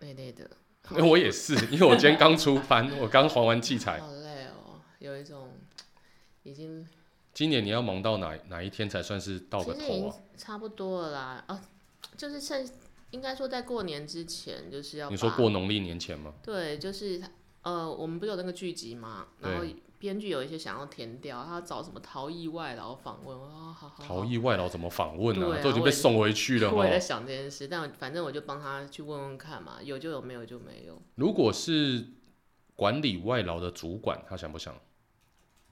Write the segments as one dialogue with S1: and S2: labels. S1: 累累的。
S2: 因 为我也是，因为我今天刚出班，我刚还完器材。
S1: 好累哦，有一种已经
S2: 今年你要忙到哪哪一天才算是到
S1: 其
S2: 个
S1: 实已
S2: 头
S1: 经
S2: 啊？
S1: 差不多了啦。哦，就是趁应该说在过年之前，就是要
S2: 你说
S1: 把
S2: 过农历年前吗？
S1: 对，就是他呃，我们不是有那个剧集嘛，然后编剧有一些想要填掉，他要找什么逃逸外劳访问，哦，好好
S2: 逃
S1: 好，
S2: 逸外劳怎么访问
S1: 对
S2: 啊？
S1: 啊
S2: 都已经
S1: 我
S2: 被
S1: 也
S2: 送回去了
S1: 我
S2: 哈
S1: 也。在想这件事，但我反正我就帮他去问问看嘛，有就有，没有就没有。
S2: 如果是管理外劳的主管，他想不想？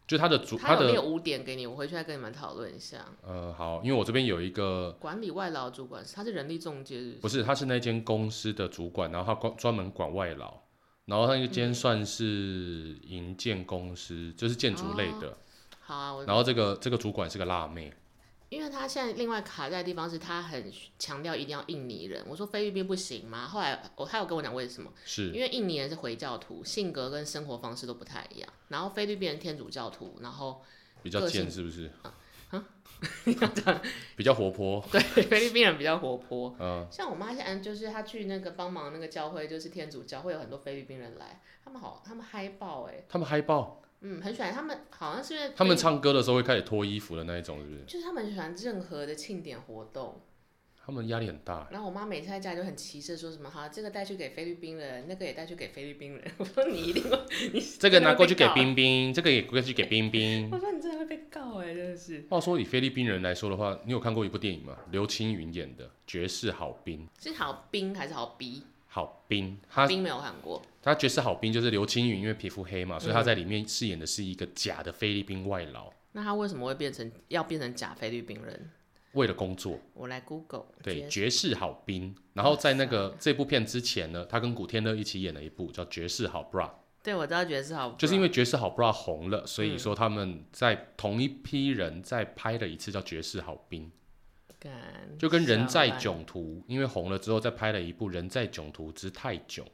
S2: 就他的主
S1: 他有没有
S2: 的
S1: 五点给你？我回去再跟你们讨论一下。
S2: 呃好，因为我这边有一个
S1: 管理外劳主管，他是人力中介是不
S2: 不是，他是那间公司的主管，然后他管专门管外劳，然后他那
S1: 嗯
S2: 间算是营建公司，就是建筑类的。
S1: 是好啊，我
S2: 然后这个这个主管是个辣妹，
S1: 因为他现在另外卡在的地方是他很强调一定要印尼人，我说菲律宾不行吗？后来哦我他有跟我讲为什么。
S2: 是
S1: 因为印尼人是回教徒，性格跟生活方式都不太一样。然后菲律宾人天主教徒，然后
S2: 比较
S1: 个性啊
S2: 贱是不是？ 比较活泼，
S1: 对菲律宾人比较活泼。
S2: 嗯、
S1: 像我妈现在就是她去那个帮忙那个教会，就是天主教会有很多菲律宾人来，他们好，他们嗨爆哎、
S2: 他们嗨爆，
S1: 嗯，很喜欢他们，好像是因为
S2: 他们
S1: 菲律
S2: 唱歌的时候会开始脱衣服的那一种，是不是？
S1: 就是他们很喜欢任何的庆典活动。
S2: 他们压力很大，
S1: 然后我妈每次在家就很歧视，说什么好这个带去给菲律宾人，那个也带去给菲律宾人。我 说你一定会，你
S2: 这个拿过去给
S1: 真的会被
S2: 冰冰，这个也过去给冰冰
S1: 告。。我说你真的会被告哎、真的是。
S2: 话说以菲律宾人来说的话，你有看过一部电影吗？刘青云演的《绝世好兵》，
S1: 是好冰还是好逼？
S2: 好兵，他
S1: 冰没有看过。
S2: 他绝世好兵就是刘青云，因为皮肤黑嘛，所以
S1: 嗯
S2: 他在里面饰演的是一个假的菲律宾外劳，
S1: 那他为什么会变成要变成假菲律宾人？
S2: 为了工作。
S1: 我来 Google
S2: 对，
S1: 绝
S2: 绝世好兵。然后在那 个这部片之前呢，他跟古天乐一起演了一部叫《绝世好 bra》，
S1: 对我知道爵士好，
S2: 就是因
S1: 为
S2: 为《绝世好 bra》红了，所以说他们在同一批人再拍了一次叫《绝世好兵
S1: 干》，
S2: 就跟《人在
S1: 笑
S2: 囧途》，因为红了之后再拍了一部《人在囧途之泰囧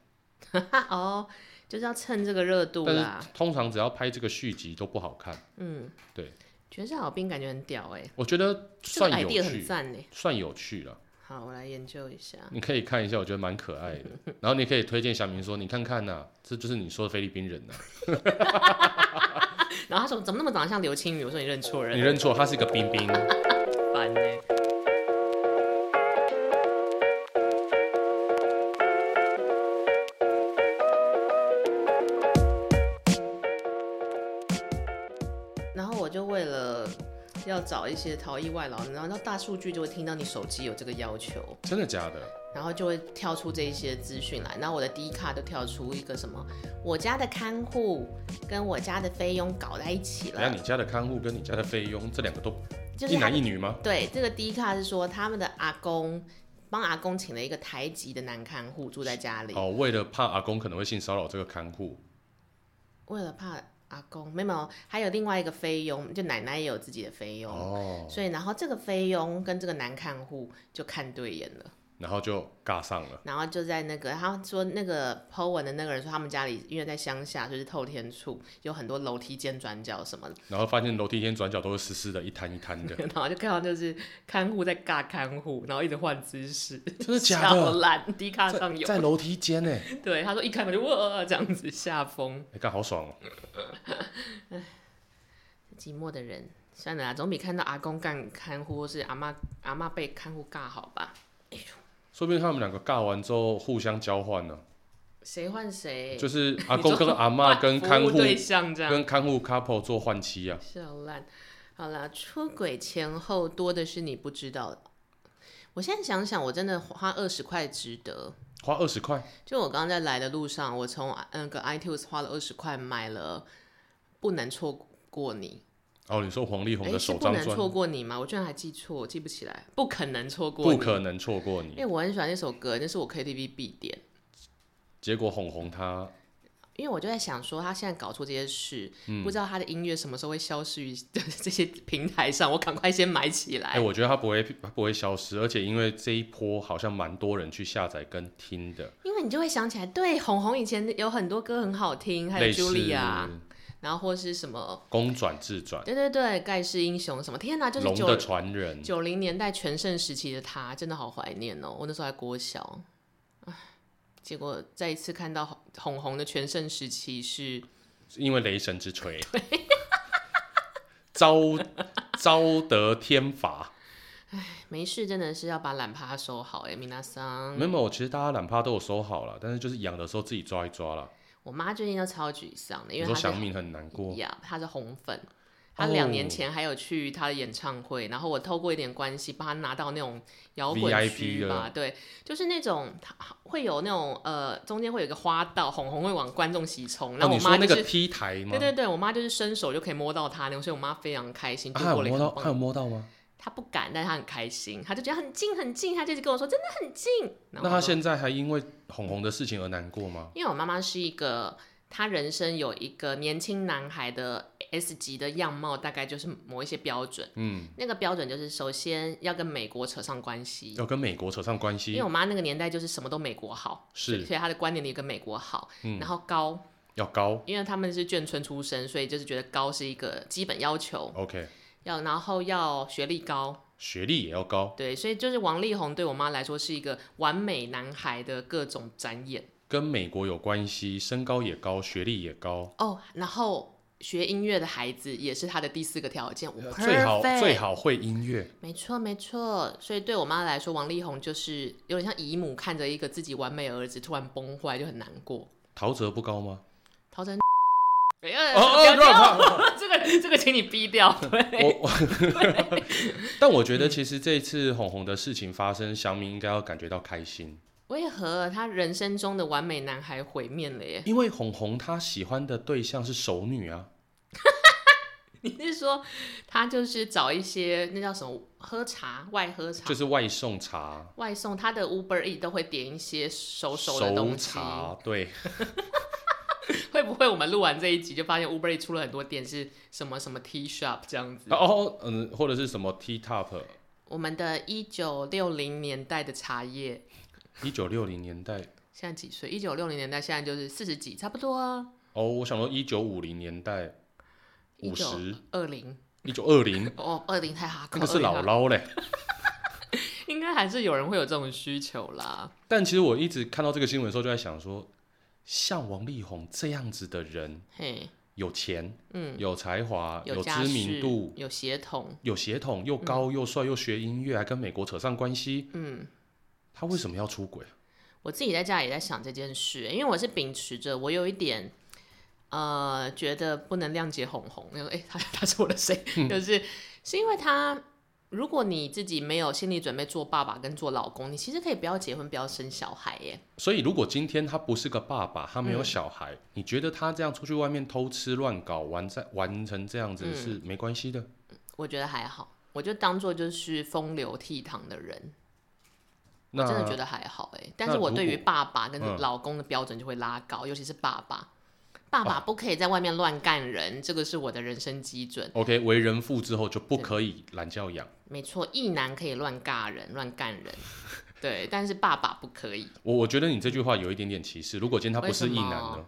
S1: 烂哦，就是要趁这个热》，度
S2: 但
S1: 啦
S2: 是。通常只要拍这个续集都不好看。
S1: 嗯，
S2: 对，
S1: 爵士好兵感觉很屌哎、
S2: 我觉得
S1: 这个
S2: 算有
S1: idea 很
S2: 趣，
S1: 赞哎、嗯
S2: 算有趣了。
S1: 好，我来研究一下。
S2: 你可以看一下，我觉得蛮可 爱的。然后你可以推荐小明说：“你看看呐、啊这就是你说的菲律宾 人呐、啊
S1: 然后他说怎么那么长得像刘青云？我说你认错人
S2: 你
S1: 了，
S2: 认错，他是一个冰冰。
S1: 烦哎、然后我就为了要找一些逃逸外劳，然后大数据就会听到你手机有这个要求，
S2: 真的假的？
S1: 然后就会跳出这一些资讯来。然后我的第一卡就跳出一个什么，我家的看护跟我家的菲佣搞在一起
S2: 等下
S1: 了，
S2: 你家的看护跟你家的菲佣这两个都
S1: 就是
S2: 一
S1: 他
S2: 男一女吗？
S1: 对，这个第一卡是说他们的阿公帮阿公请了一个台籍的男看护住在家里，
S2: 哦，为了怕阿公可能会性骚扰这个看护，
S1: 为了怕阿公没有没有，还有另外一个菲佣，就奶奶也有自己的菲佣，
S2: 哦，
S1: 所以然后这个菲佣跟这个男看护就看对眼了，
S2: 然后就尬上了。
S1: 然后就在那个他说那个 Po 文的那个人说他们家里因为在乡下就是透天处，有很多楼梯间转角什么的，，
S2: 然后发现楼梯间转角都是湿湿的，一滩一滩的
S1: 然后就看到就是看护在尬看护，然后一直换姿势，
S2: 真的假
S1: 超
S2: 的？
S1: 烂，低卡上
S2: 在
S1: 有。
S2: 在楼梯间呢、
S1: 对，他说一开门就哇这样子下风，
S2: 哎、干好爽哦、
S1: 寂寞的人，算了啦，总比看到阿公干看护或是阿妈阿妈被看护尬好吧？
S2: 说不定他们两个尬完之后互相交换呢、
S1: 谁换谁？
S2: 就是阿公跟阿嬷跟看
S1: 服务
S2: 护
S1: 对象这样，
S2: 跟看护 couple 做换妻啊。
S1: 笑烂。好啦，出轨前后多的是你不知道的。我现在想想，我真的花二十块值得。
S2: 花二十块，
S1: 就我刚刚在来的路上，我从那个 iTunes 花了二十块买了《不能错过你》。
S2: 哦，你说黄丽
S1: 哎、
S2: 红的
S1: 是
S2: 手
S1: 不
S2: 账
S1: 能
S2: 专，
S1: 错过你吗？我居然还记错，我记不起来，不可能错过
S2: 不
S1: 你。
S2: 可能错过你
S1: 因。为我很喜欢那首歌，那是我 KTV 必点。
S2: 结果哄哄他，
S1: 因为我就在想说，他现在搞出这些事，不
S2: 嗯
S1: 知道他的音乐什么时候会消失于 这些平台上，我赶快先买起来。
S2: 哎、我觉得他不会他不会消失，而且因为这一波好像蛮多人去下载跟听的，
S1: 因为你就会想起来，对，红红以前有很多歌很好听，还有
S2: 类似
S1: Julia，然后或是什么，
S2: 公转自转、
S1: 对对对，盖世英雄什么，天哪，啊就是
S2: 龙的
S1: 九
S2: 传人，
S1: 九零年代全盛时期的他，真的好怀念哦。我那时候还国小，唉，结果再一次看到红红红的全盛时期是
S2: 是因为雷神之锤， 招招得天罚。
S1: 没事，真的是要把懒趴收好哎、米娜桑。
S2: 没有没有，其实大家懒趴都有收好了，但是就是养的时候自己抓一抓啦。
S1: 我妈最近就超沮丧的，
S2: 你
S1: 因为她
S2: 说
S1: 是
S2: 祥敏很难过，
S1: 呀，她是红粉。她两年
S2: 哦
S1: 前还有去她的演唱会，然后我透过一点关系帮她拿到那种摇滚
S2: VIP
S1: 区吧，对，就是那种她会有那种呃中间会有一个花道，红红会往观众席冲，然
S2: 哦，
S1: 后
S2: 你
S1: 我
S2: 说
S1: 妈
S2: 那
S1: 就
S2: 个
S1: 是、
S2: T 台吗
S1: 对？对对，我妈就是伸手就可以摸到她那种，所以我妈非常开心，度
S2: 啊，有
S1: 过了一
S2: 摸
S1: 个
S2: 到，
S1: 很棒
S2: 还有摸到吗？
S1: 她不敢，但她很开心，她就觉得很近很近，她就一直跟我说真的很近。然后嗯
S2: 那他
S1: 我说
S2: 现在还因为红红的事情而难过吗？
S1: 因为我妈妈是一个，她人生有一个年轻男孩的 S 级的样貌，大概就是某一些标准。
S2: 嗯，
S1: 那个标准就是，首先要跟美国扯上关系，
S2: 要跟美国扯上关
S1: 因为
S2: 系
S1: 我妈那个年代就是什么都美国好，
S2: 是
S1: 所以她的观点里跟美国好，
S2: 嗯
S1: 然后高，
S2: 要高
S1: 因为他们是眷村出身，所以就是觉得高是一个基本要求，
S2: ，OK，
S1: 要然后要学历高，
S2: 学历也要高，
S1: 对，所以就是王力宏对我妈来说是一个完美男孩的各种展演。
S2: 跟美国有关系，身高也高，学历也高，
S1: 哦，然后学音乐的孩子也是他的第四个条件，我 perfect,
S2: 呃最好最，好会音乐，
S1: 没错没错。所以对我妈来说，王力宏就是有点像姨母看着一个自己完美儿子突然崩坏，就很难过。
S2: 陶喆不高 吗？
S1: 陶喆，哎
S2: 哦
S1: 呀，
S2: 哦
S1: 不要
S2: 不要
S1: 不要 这个这个请你逼掉。对，
S2: 我，我 但我觉得其实这一次红红的事情发生，祥明应该要感觉到开心，
S1: 为何他人生中的完美男孩毁灭了耶？
S2: 因为红红她喜欢的对象是熟女啊，
S1: 你是说他就是找一些那叫什么喝茶外喝茶？
S2: 就是外送茶、
S1: 外送他的 Uber E 都会点一些熟熟的
S2: 熟
S1: 东西，
S2: 茶，对，
S1: 会不会我们录完这一集就发现 Uber Eats 出了很多店是什么什么 T shop 这样子？
S2: 然后嗯，或者是什么 T top，
S1: 我们的一九六零年代的茶叶，
S2: 一九六零年代。
S1: 现在几岁？一九六零年代现在就是四十几，差不多啊，
S2: 哦，我想说一九五零年代，
S1: 一
S2: 五
S1: 九
S2: 十、
S1: 二零。
S2: 一九二零，
S1: 哦，二零太哈
S2: 那
S1: 口，
S2: 个是姥
S1: 了，
S2: 姥嘞。
S1: 应该还是有人会有这种需求啦。
S2: 但其实我一直看到这个新闻的时候，就在想说，像王力宏这样子的人，
S1: 嘿，
S2: 有钱、
S1: 嗯，
S2: 有才华、啊有
S1: 家
S2: 知
S1: 世，
S2: 名度、
S1: 有血统，
S2: 有血统，又高又帅，又学音乐，还跟美国扯上关系，
S1: 嗯。
S2: 他为什么要出轨？
S1: 我自己在家也在想这件事，因为我是秉持着我有一点，呃，觉得不能谅解红红，因为哎，他 他是我的谁？
S2: 嗯
S1: 就是是因为他，如果你自己没有心理准备做爸爸跟做老公，你其实可以不要结婚，不要生小孩耶。
S2: 所以，如果今天他不是个爸爸，他没
S1: 嗯
S2: 有小孩，你觉得他这样出去外面偷吃乱搞，玩在玩成这样子
S1: 嗯
S2: 是没关系的？
S1: 我觉得还好，我就当做就是风流倜傥的人，
S2: 那
S1: 真的觉得还好哎。但是
S2: 那
S1: 我
S2: 如
S1: 对于
S2: 果
S1: 爸爸跟
S2: 嗯
S1: 老公的标准就会拉高，尤其是爸爸，爸
S2: 啊
S1: 爸不可以在外面乱干人，这个是我的人生基准。
S2: OK，为人父之后就不可以懒教养。
S1: 没错，异男可以乱尬人、乱干 人，对，但是爸爸不可以
S2: 我我觉得你这句话有一点点歧视。如果今天他不是
S1: 为什
S2: 一
S1: 么
S2: 男呢？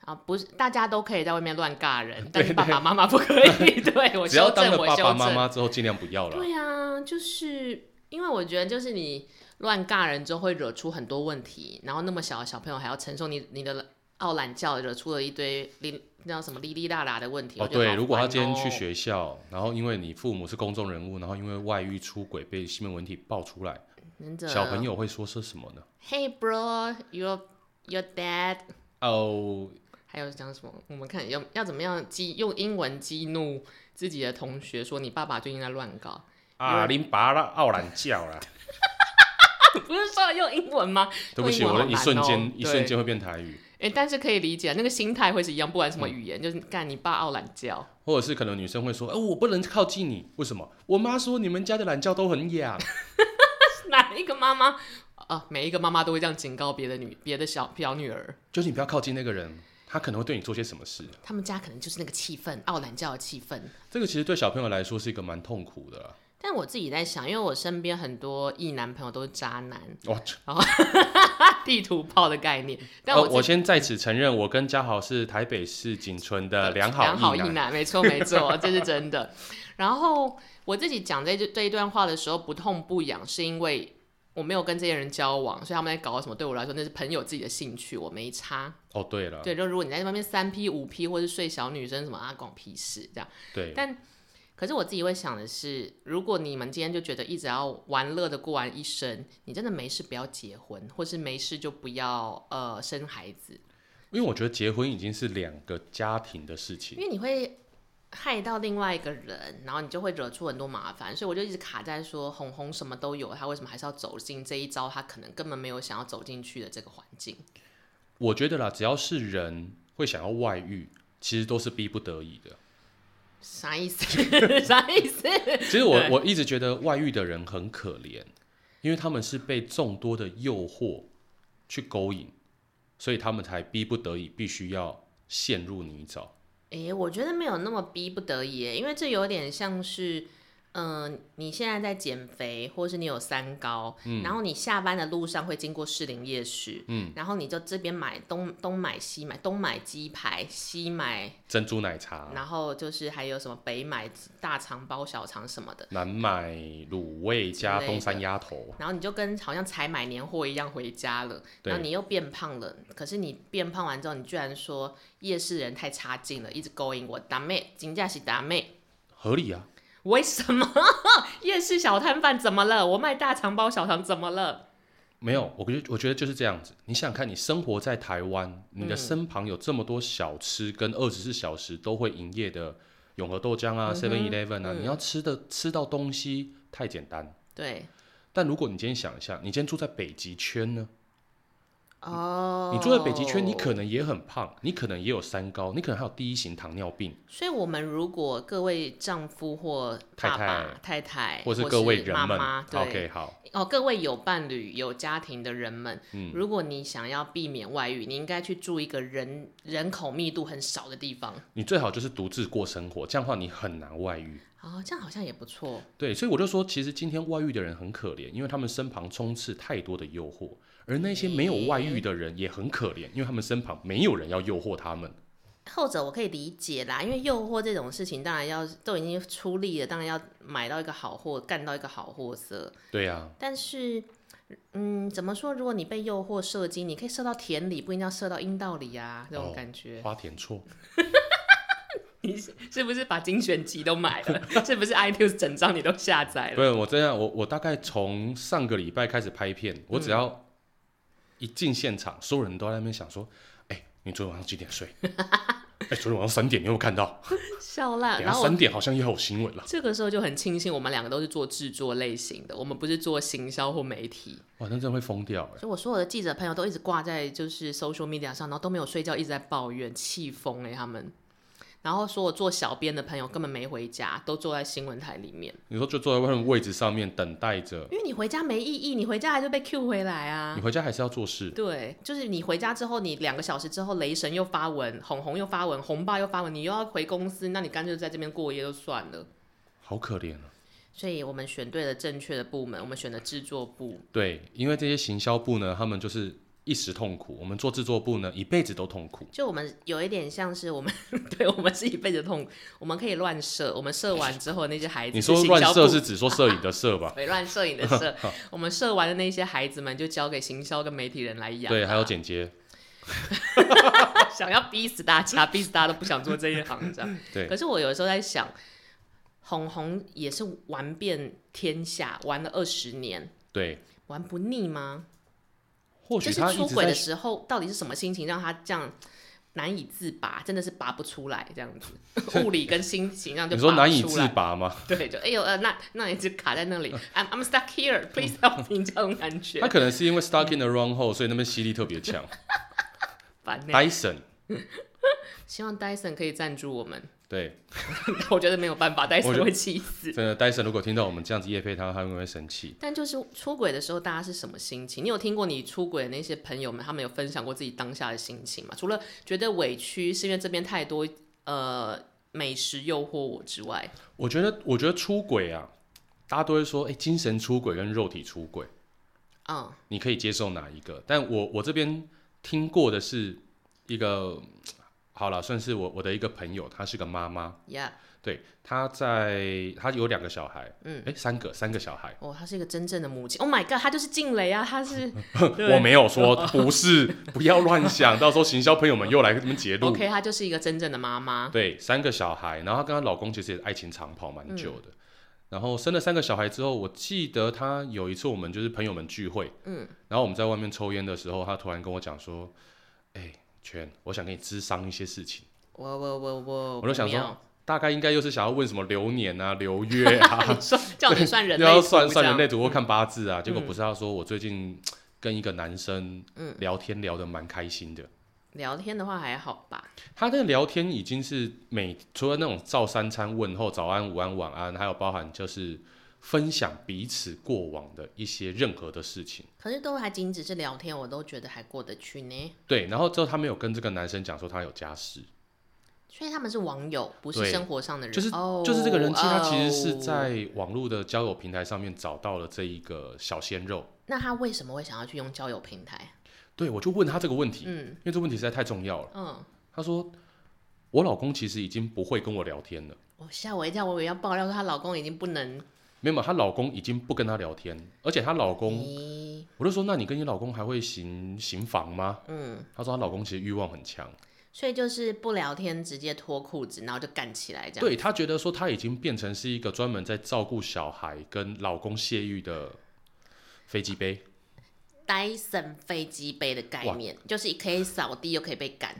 S1: 啊！不是，大家都可以在外面乱尬 人，但
S2: 对
S1: 是爸爸妈妈不可以。 对我
S2: 只要
S1: 修
S2: 当
S1: 正，
S2: 了
S1: 我
S2: 爸
S1: 修
S2: 爸妈
S1: 正。
S2: 妈之后，尽量不要了。
S1: 对啊，就是因为我觉得，就是你乱尬人之后会惹出很多问题，然后那么小的小朋友还要承受你你的傲懒教，惹出了一堆哩那叫什么哩哩啦啦的问题。
S2: 哦，
S1: 我觉得
S2: 对，
S1: 好
S2: 如果他
S1: 烦
S2: 今天去
S1: 哦
S2: 学校，然后因为你父母是公众人物，然后因为外遇出轨被新闻文体爆出来，
S1: 真的
S2: 小朋友会说是什么呢？
S1: ，Hey bro，your your dad
S2: 哦，
S1: 还有讲什么？我们看要要怎么样激用英文激怒自己的同学，说你爸爸最近在乱搞，
S2: 啊，林拔了傲懒叫 啦。
S1: 不是说用英文吗？
S2: 对不起，
S1: 用英
S2: 我
S1: 文好哦
S2: 一瞬
S1: 难
S2: 间
S1: 哦
S2: 一瞬间会变台语，
S1: 哎、诶但是可以理解，那个心态会是一样，不管什
S2: 嗯
S1: 么语言，就是干你爸傲懒教，
S2: 或者是可能女生会说，哦，我不能靠近你，为什么？我妈说你们家的懒觉都很痒。
S1: 哪一个妈妈？啊，每一个妈妈都会这样警告别的女别的小表女儿，
S2: 就是你不要靠近那个人，他可能会对你做些什么事。
S1: 他们家可能就是那个气氛，傲懒教的气氛。
S2: 这个其实对小朋友来说是一个蛮痛苦的啦。
S1: 但我自己在想，因为我身边很多异男朋友都是渣男，
S2: 哇，
S1: 地图炮的概念。但
S2: 呃
S1: 我自
S2: 我
S1: 己
S2: 先在此承认，我跟嘉豪是台北市仅存的良好
S1: 良好
S2: 意
S1: 意
S2: 男。
S1: 男，没错没错，这是真 的。然后我自己讲这句这一段话的时候不痛不痒，是因为我没有跟这些人交往，所以他们在搞什么对我来说那是朋友自己的兴趣，我没差。
S2: 哦，对了，
S1: 对，就如果你在那边三 P 五 P 或是睡小女生什么啊，管我屁事这样。
S2: 对，
S1: 但可是我自己会想的是，如果你们今天就觉得一直要玩乐的过完一生，你真的没事不要结婚，或是没事就不要呃生孩子，
S2: 因为我觉得结婚已经是两个家庭的事情
S1: 因。为你会害到另外一个人，然后你就会惹出很多麻烦。所以我就一直卡在说，红红什么都有，他为什么还是要走进这一招？他可能根本没有想要走进去的这个环境。
S2: 我觉得啦，只要是人会想要外遇，其实都是逼不得已的。
S1: 啥意思？啥意思？
S2: 其实我我一直觉得外遇的人很可怜，因为他们是被众多的诱惑去勾引，所以他们才逼不得已必须要陷入泥沼。
S1: 诶、我觉得没有那么逼不得已耶，因为这有点像是，嗯、你现在在减肥，或是你有三高，然后你下班的路上会经过士林夜市，嗯，然后你就这边买东东买西买，东买鸡排，西买，
S2: 珍珠奶茶
S1: 然后就是还有什么北买大肠包小肠什么的，
S2: 难买卤味
S1: 之
S2: 加
S1: 类的
S2: 东山鸭头，
S1: 然后你就跟好像采买年货一样回家了，
S2: 对
S1: 然后你又变胖了。可是你变胖完之后，你居然说夜市人太差劲了，一直勾引我，达妹，金价是达妹，
S2: 合理啊。
S1: 为什么 夜市小摊贩怎么了？我卖大肠包小肠怎么了？
S2: 没有，我觉得我觉得就是这样子。你想想看，你生活在台湾，你
S1: 嗯
S2: 的身旁有这么多小吃跟二十四小时都会营业的永和豆浆
S1: 嗯
S2: 啊、Seven Eleven 啊，你要吃的吃到东西太简单。
S1: 对，
S2: 但如果你今天想一下，你今天住在北极圈呢？
S1: 哦，
S2: 你住在北极圈，你可能也很胖，你可能也有三高，你可能还有第一型糖尿病，
S1: 所以我们如果各位丈夫或爸爸、太太，
S2: 或是
S1: 哎是
S2: 各位人
S1: 妈
S2: 们。
S1: 妈，对
S2: OK，好，
S1: 哦，各位有伴侣、有家庭的人们，
S2: 嗯
S1: 如果你想要避免外遇，你应该去住一个人人口密度很少的地方。
S2: 你最好就是独自过生活，这样的话你很难外遇。
S1: 哦，这样好像也不错。
S2: 对，所以我就说，其实今天外遇的人很可怜，因为他们身旁充斥太多的诱惑，而那些没有外遇的人也很可怜，因为他们身旁没有人要诱惑他们。
S1: 后者我可以理解啦，因为诱惑这种事情，当然要都已经出力了，当然要买到一个好货，干到一个好货色。
S2: 对啊，
S1: 但是，嗯，怎么说？如果你被诱惑射精，你可以射到田里，不一定要射到阴道里啊，这种
S2: 哦
S1: 感觉。
S2: 花田错，
S1: 是不是把精选集都买了？ 是不是 iTunes 整张你都下载了？
S2: 对我这样，我我大概从上个礼拜开始拍片，我只要一进现场，所有人都在那边想说，哎、你昨天晚上几点睡？哎、昨天晚上三点，你有没有看到？
S1: 笑烂。
S2: 等一下
S1: 然后我
S2: 三点好像也有新闻了。
S1: 这个时候就很庆幸，我们两个都是做制作类型的，我们不是做行销或媒体。
S2: 哇，那真的会疯掉哎、
S1: 所以我所有的记者朋友都一直挂在就是 social media 上，然后都没有睡觉，一直在抱怨，气疯哎他们。然后说我做小编的朋友根本没回家，都坐在新闻台里面，
S2: 你说就坐在外面位置上面等待着，
S1: 因为你回家没意义，你回家还是被 Q 回来啊
S2: 你。回家还是要做事。
S1: 对，就是你回家之后，你两个小时之后，雷神又发文，红红又发文，红爸又发文，你又要回公司，那你干脆在这边过夜就算了。
S2: 好可怜啊！
S1: 所以我们选对了正确的部门，我们选的制作部。
S2: 对，因为这些行销部呢，他们就是一时痛苦；我们做制作部呢，一辈子都痛苦。
S1: 就我们有一点像是我们， 对我们是一辈子痛，我们可以乱射，我们射完之后那些孩子，
S2: 你说
S1: 行
S2: 乱
S1: 销
S2: 射
S1: 部
S2: 是指说摄 影的摄吧？
S1: 对乱射影的 射，我们射完的那些孩子们就交给行销跟媒体人来养啊、
S2: 对，还有剪接。
S1: 想要逼死大家， 逼死大家都不想做这一行这样。
S2: 对
S1: 可是我有时候在想，红红也是玩遍天下，玩了二十年，
S2: 对，
S1: 玩不腻吗？
S2: 或
S1: 就
S2: 许
S1: 是
S2: 他
S1: 出
S2: 一直
S1: 轨的
S2: 在
S1: 时候，到底是什么心情让他这样难以自拔？真的是拔不出来，这样 子，物理跟心情上就
S2: 你说
S1: 拔
S2: 难
S1: 不
S2: 以
S1: 出
S2: 自
S1: 来，
S2: 拔吗？
S1: 对，就哎呦呃，那那一直卡在 那里，I'm I'm stuck here, please help me 这种感
S2: 他
S1: 觉，
S2: 可能是因为 stuck in the wrong hole，所以那边吸力特别强。
S1: 烦呢。
S2: Dyson，
S1: 希望 Dyson 可以赞助我们，
S2: 对，
S1: 我觉得没有办法
S2: 我觉
S1: ，Dyson
S2: 得
S1: 会气死。
S2: 真的 Dyson 如果听到我们这样子夜配他，他会不会生气？
S1: 但就是出轨的时候，大家是什么心情？你有听过你出轨的那些朋友们，他们有分享过自己当下的心情吗？除了觉得委屈是因为这边太多呃美食诱惑我之外，
S2: 我觉得，我觉得出轨啊，大家都会说，哎、精神出轨跟肉体出轨。
S1: 嗯，
S2: 你可以接受哪一个？但我我这边听过的是一个，好了，算是我我的一个朋友，她是个妈妈，
S1: 呀、
S2: 对，他在他有两个小孩，
S1: 嗯
S2: 哎、三个，三个小孩。
S1: 哦，她是一个真正的母亲。Oh my god，她就是静蕾啊，她 是
S2: 哎
S1: 对
S2: 我没有说不是，不要乱想，到时候行销朋友们又来给你们截录。
S1: OK，她就是一个真正的妈妈。
S2: 对，三个小孩，然后她跟她老公其实也是爱情长跑蛮久
S1: 嗯
S2: 的。然后生了三个小孩之后，我记得她有一次我们就是朋友们聚会，
S1: 嗯，
S2: 然后我们在外面抽烟的时候，她突然跟我讲说：“哎、全，我想跟你咨商一些事情。
S1: 我我我我，
S2: 我就想
S1: 不
S2: 说
S1: 要
S2: 大概应该又是想要问什么流年啊、流月啊，
S1: 你算叫你算 人类，
S2: 要算算人
S1: 类，
S2: 类图或看八字啊，结果不是他说我最近跟一个男生
S1: 嗯
S2: 聊天聊得蛮开心的，
S1: 聊天的话还好吧？
S2: 他的聊天已经是每除了那种照三餐问候早安、午安、晚安，还有包含就是分享彼此过往的一些任何的事情。
S1: 可是都还仅只是聊天，我都觉得还过得去呢。
S2: 对，然后之后他没有跟这个男生讲说他有家室，
S1: 所以他们是网友，不是
S2: 对
S1: 生活上的人。
S2: 就是、
S1: 哦、
S2: 就是这个人妻，他其实是
S1: 哦
S2: 在网络的交友平台上面找到了这一个小鲜肉。
S1: 那他为什么会想要去用交友平台？
S2: 对，我就问他这个问题，
S1: 嗯
S2: 因为这问题实在太重要了。
S1: 嗯，
S2: 她说：“我老公其实已经不会跟我聊天了，
S1: 我吓我一跳，我以为要爆料说她老公已经不能。
S2: 没有，没有她老公已经不跟她聊天，而且她老公，
S1: 咦
S2: 我就说，那你跟你老公还会行行房吗？
S1: 嗯，
S2: 她说她老公其实欲望很强，
S1: 所以就是不聊天，直接脱裤子，然后就干起来这样。
S2: 对她觉得说她已经变成是一个专门在照顾小孩跟老公泄欲的飞机杯。
S1: 戴森飞机杯的概念，就是可以扫地又可以被赶。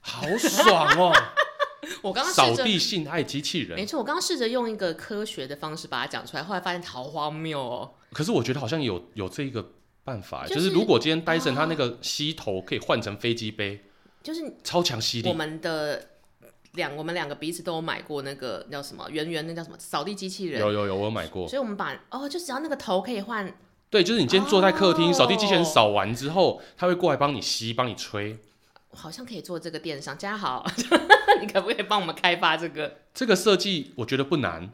S2: 好爽 哦！
S1: 我刚刚
S2: 扫
S1: 试着，
S2: 地性爱机器
S1: 没
S2: 人，
S1: 错，我刚刚试着用一个科学的方式把它讲出来，后来发现好荒谬哦。
S2: 可是我觉得好像有有这一个办法，
S1: 就
S2: 就是是如果今天戴森他那个吸头可以换成飞机杯，
S1: 就是
S2: 超强吸
S1: 我
S2: 力，
S1: 们的两，我们两个彼此都有买过那个叫什么圆圆，那叫什么扫地机器人，
S2: 有有有，我有买过。
S1: 所以我们把哦，就只要那个头可以换
S2: 对，就是你今天坐在客厅，
S1: 哦
S2: 扫地机器人扫完之后，他会过来帮你吸，帮你吹。
S1: 好像可以做这个电商，家好， 你可不可以帮我们开发这个？
S2: 这个设计我觉得不难，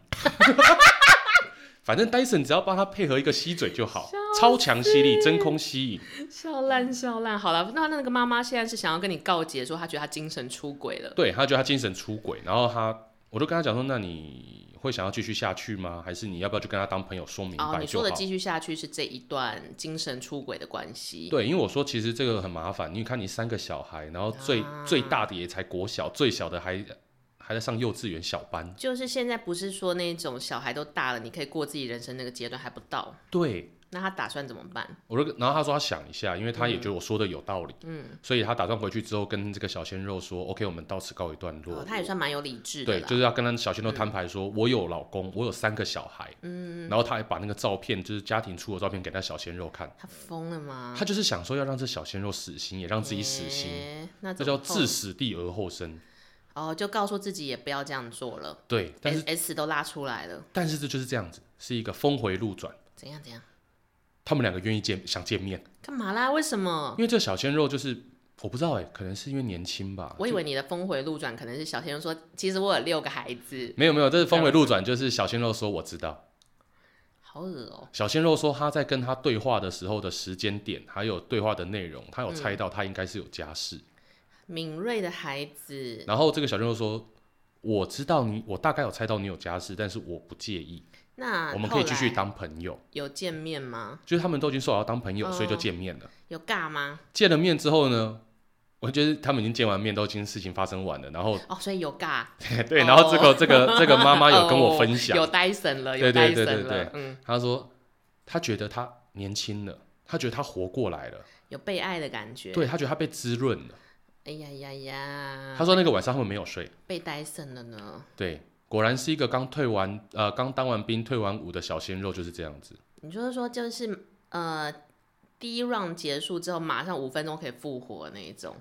S2: 反正 Dyson 只要帮他配合一个吸嘴就好，超强吸力，真空吸引。
S1: 笑烂笑烂，好了，那那个妈妈现在是想要跟你告解，说她觉得她精神出轨了。
S2: 对他觉得他精神出轨，然后他我就跟他讲说，那你会想要继续下去吗？还是你要不要就跟他当朋友说明
S1: 哦，
S2: 白
S1: 你
S2: 就
S1: 说
S2: 好？
S1: 的继续下去是这一段精神出轨的关系。
S2: 对，因为我说其实这个很麻烦，你看你三个小孩，然后最、
S1: 啊
S2: 最大的也才国小，最小的还还在上幼稚园小班。
S1: 就是现在不是说那种小孩都大了，你可以过自己人生那个阶段还不到，
S2: 对，
S1: 那他打算怎么办？
S2: 我就然后他说他想一下，因为他也觉得我说的有道理，
S1: 嗯，
S2: 所以他打算回去之后跟这个小鲜肉说，OK，我们到此告一段落。
S1: 哦，他也算蛮有理智的
S2: 对，
S1: 啦。
S2: 就是要跟他小鲜肉摊牌说，我有老公，我有三个小孩，
S1: 嗯，
S2: 然后他还把那个照片，就是家庭出的照片给他小鲜肉看，
S1: 他疯了吗？
S2: 他就是想说要让这小鲜肉死心，也让自己死心，
S1: 欸那
S2: 这
S1: 怎
S2: 叫
S1: 么
S2: 置死地而后生。
S1: 哦，就告诉自己也不要这样做了。
S2: 对，但是
S1: S S 都拉出来了，
S2: 但是这就是这样子，是一个峰回路转，
S1: 怎样怎样？
S2: 他们两个愿意见想见面，
S1: 干嘛啦？为什么？
S2: 因为这小鲜肉就是我不知道哎、可能是因为年轻吧，
S1: 我以为你的峰回路转可能是小鲜肉说，其实我有六个孩子，
S2: 没有没有，这是峰回路
S1: 啊
S2: 转，就是小鲜肉说我知道，
S1: 好恶哦、
S2: 小鲜肉说他在跟他对话的时候的时间点，还有对话的内容，他有
S1: 嗯
S2: 猜到他应该是有家室。
S1: 敏锐的孩子，
S2: 然后这个小鲜肉说，我知道你，我大概有猜到你有家室，但是我不介意，
S1: 那
S2: 我们可以继续
S1: 啊后来
S2: 当朋友。
S1: 有见面吗？
S2: 就是他们都已经说好要当朋友，
S1: 哦
S2: 所以就见面了。
S1: 有尬吗？
S2: 见了面之后呢？我觉得他们已经见完面，都已经事情发生完了，然后
S1: 哦，所以有尬。
S2: 对，然后这个这个这个妈妈有跟我分享，
S1: 哦 有戴森了，有
S2: 对
S1: 戴森
S2: 对对
S1: 了，
S2: 对对
S1: 嗯，
S2: 她说她觉得她年轻了，她觉得她活过来了，
S1: 有被爱的感觉。，
S2: 对他觉得他被滋润了。
S1: 哎呀呀呀，
S2: 他说那个晚上他们没有睡，
S1: 被戴森了呢。
S2: 对，果然是一个刚退完呃刚当完兵退完伍的小鲜肉就是这样子。
S1: 你就是说，就是呃，第一 round 结束之后，马上五分钟可以复活那一种。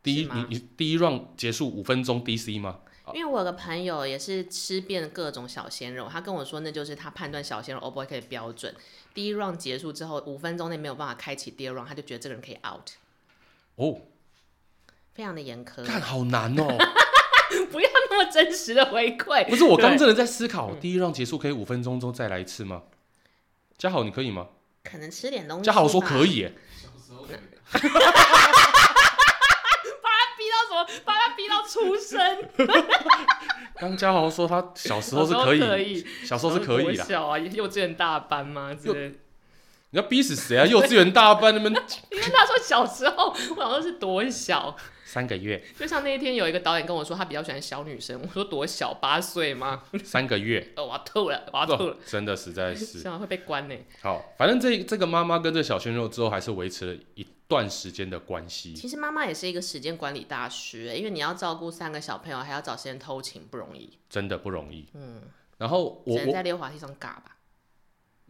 S2: 第一
S1: 是，
S2: 你
S1: 吗
S2: 你第一 round 结束五分钟 DC 吗？
S1: 因为我有个朋友也是吃遍各种小鲜肉，他跟我说，那就是他判断小鲜肉 O 不 OK 的标准。第一 round 结束之后，五分钟内没有办法开启第二 round，他就觉得这个人可以 out，
S2: 哦，
S1: 非常的严苛。
S2: 看好难哦！
S1: 不要那么真实的回馈。
S2: 不是我刚真的在思考，
S1: 嗯
S2: 第一 round 结束可以五分钟之后再来一次吗？嘉豪，你可以吗？
S1: 可能吃点东西。
S2: 嘉豪说可
S1: 以。
S2: 以耶，
S1: 把他逼到什么？把他逼到出生，
S2: 刚嘉豪说他小时候是
S1: 小时候
S2: 可以，
S1: 可以
S2: 小时候是可以
S1: 国
S2: 的。
S1: 小啊，幼稚园大班嘛之类的。
S2: 你要逼死谁啊？幼稚园大班那 边
S1: 因为他说小时候，我想说是多小，
S2: 三个月，
S1: 就像那一天有一个导演跟我说他比较喜欢小女生，我说多小八岁吗？
S2: 三个月，
S1: 呃我要吐了，我要吐
S2: 哦
S1: 了，
S2: 真的实在
S1: 这
S2: 是
S1: 样会被关呢、
S2: 好。反正这这个妈妈跟这小鲜肉之后还是维持了一段时间的关系。
S1: 其实妈妈也是一个时间管理大师、因为你要照顾三个小朋友，还要找时间偷情不容易，
S2: 真的不容易。
S1: 嗯，
S2: 然后
S1: 只
S2: 我
S1: 能
S2: 我
S1: 在溜滑梯上尬吧。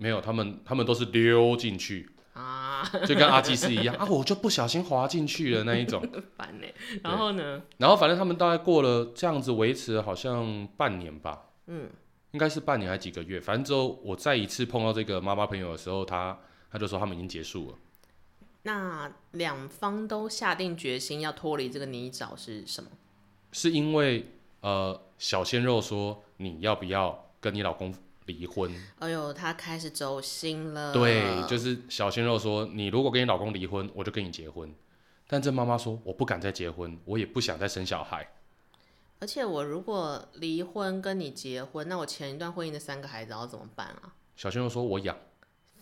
S2: 没有，他们他们都是溜进去，
S1: 啊，
S2: 就跟阿基斯一样 啊，我就不小心滑进去了那 一种。
S1: 很烦呢、然后呢？
S2: 然后反正他们大概过了这样子，维持了好像半年吧，
S1: 嗯，
S2: 应该是半年还几个月。反正之后我再一次碰到这个妈妈朋友的时候，她她就说他们已经结束了。
S1: 那两方都下定决心要脱离这个泥沼是什么？
S2: 是因为呃小鲜肉说你要不要跟你老公离婚？
S1: 哎呦，他开始走心了。
S2: 对，就是小鲜肉说你如果跟你老公离婚，我就跟你结婚。但这妈妈说我不敢再结婚，我也不想再生小孩。
S1: 而且我如果离婚跟你结婚，那我前一段婚姻的三个孩子要怎么办啊？
S2: 小鲜肉说我养，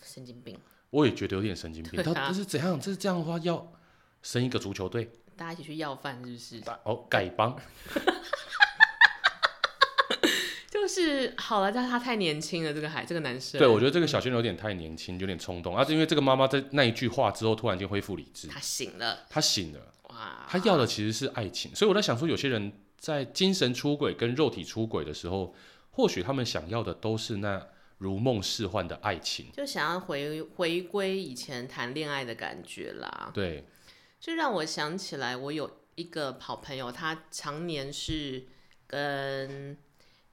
S1: 神经病！
S2: 我也觉得有点神经病。
S1: 对啊
S2: 他这是怎样？这是这样的话要生一个足球队，
S1: 大家一起去要饭是不是？
S2: 打哦丐帮，
S1: 就是好了，但是他太年轻了，这个孩这个男生，
S2: 对，我觉得这个小鲜肉有点太年轻，有点冲动啊。就因为这个妈妈在那一句话之后，突然间恢复理智，
S1: 他醒了，
S2: 她醒了，
S1: 哇！
S2: 她要的其实是爱情。所以我在想说，有些人在精神出轨跟肉体出轨的时候，或许他们想要的都是那如梦似幻的爱情。
S1: 就想要回回归以前谈恋爱的感觉啦，
S2: 对，
S1: 就让我想起来，我有一个好朋友，他常年是跟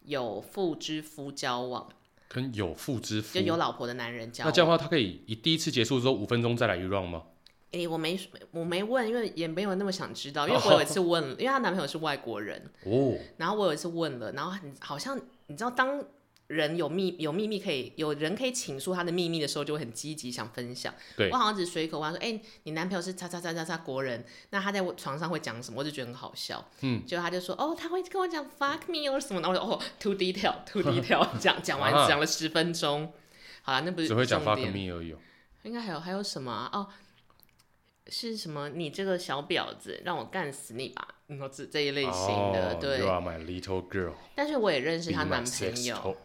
S1: 有妇之夫交往，
S2: 跟有妇之夫
S1: 就。有老婆的男人交
S2: 那
S1: 往
S2: 这。样的话，他可以以第一次结束之后五分钟再来一 round 吗？
S1: 诶、我没我没问，因为也没有那么想知道，因为我有 一次问了，因为她男朋友是外国人，
S2: 哦，
S1: 然后我有一次问了，然后很好像你知道，当人有秘有秘密可以有人可以倾诉他的秘密的时候，就会很积极想分享。
S2: 对
S1: 我好像只随口问说，哎、你男朋友是叉叉叉叉叉国人，那他在我床上会讲什么？我就觉得很好笑。
S2: 嗯，
S1: 结果他就说，哦，他会跟我讲 fuck me 或什么，然后我就哦 too detail too detail，讲讲完
S2: 啊
S1: 讲了十分钟，好了，那不是
S2: 只会讲
S1: 重
S2: fuck
S1: 点
S2: me 而已哦。
S1: 应该还有还有什么啊、哦？是什么？你这个小婊子，让我干死你吧！然后这这一类型的，
S2: 哦
S1: 对。
S2: You are my little girl，
S1: 但是我也认识
S2: be
S1: 她
S2: my
S1: 男
S2: sex
S1: 朋友，
S2: toy。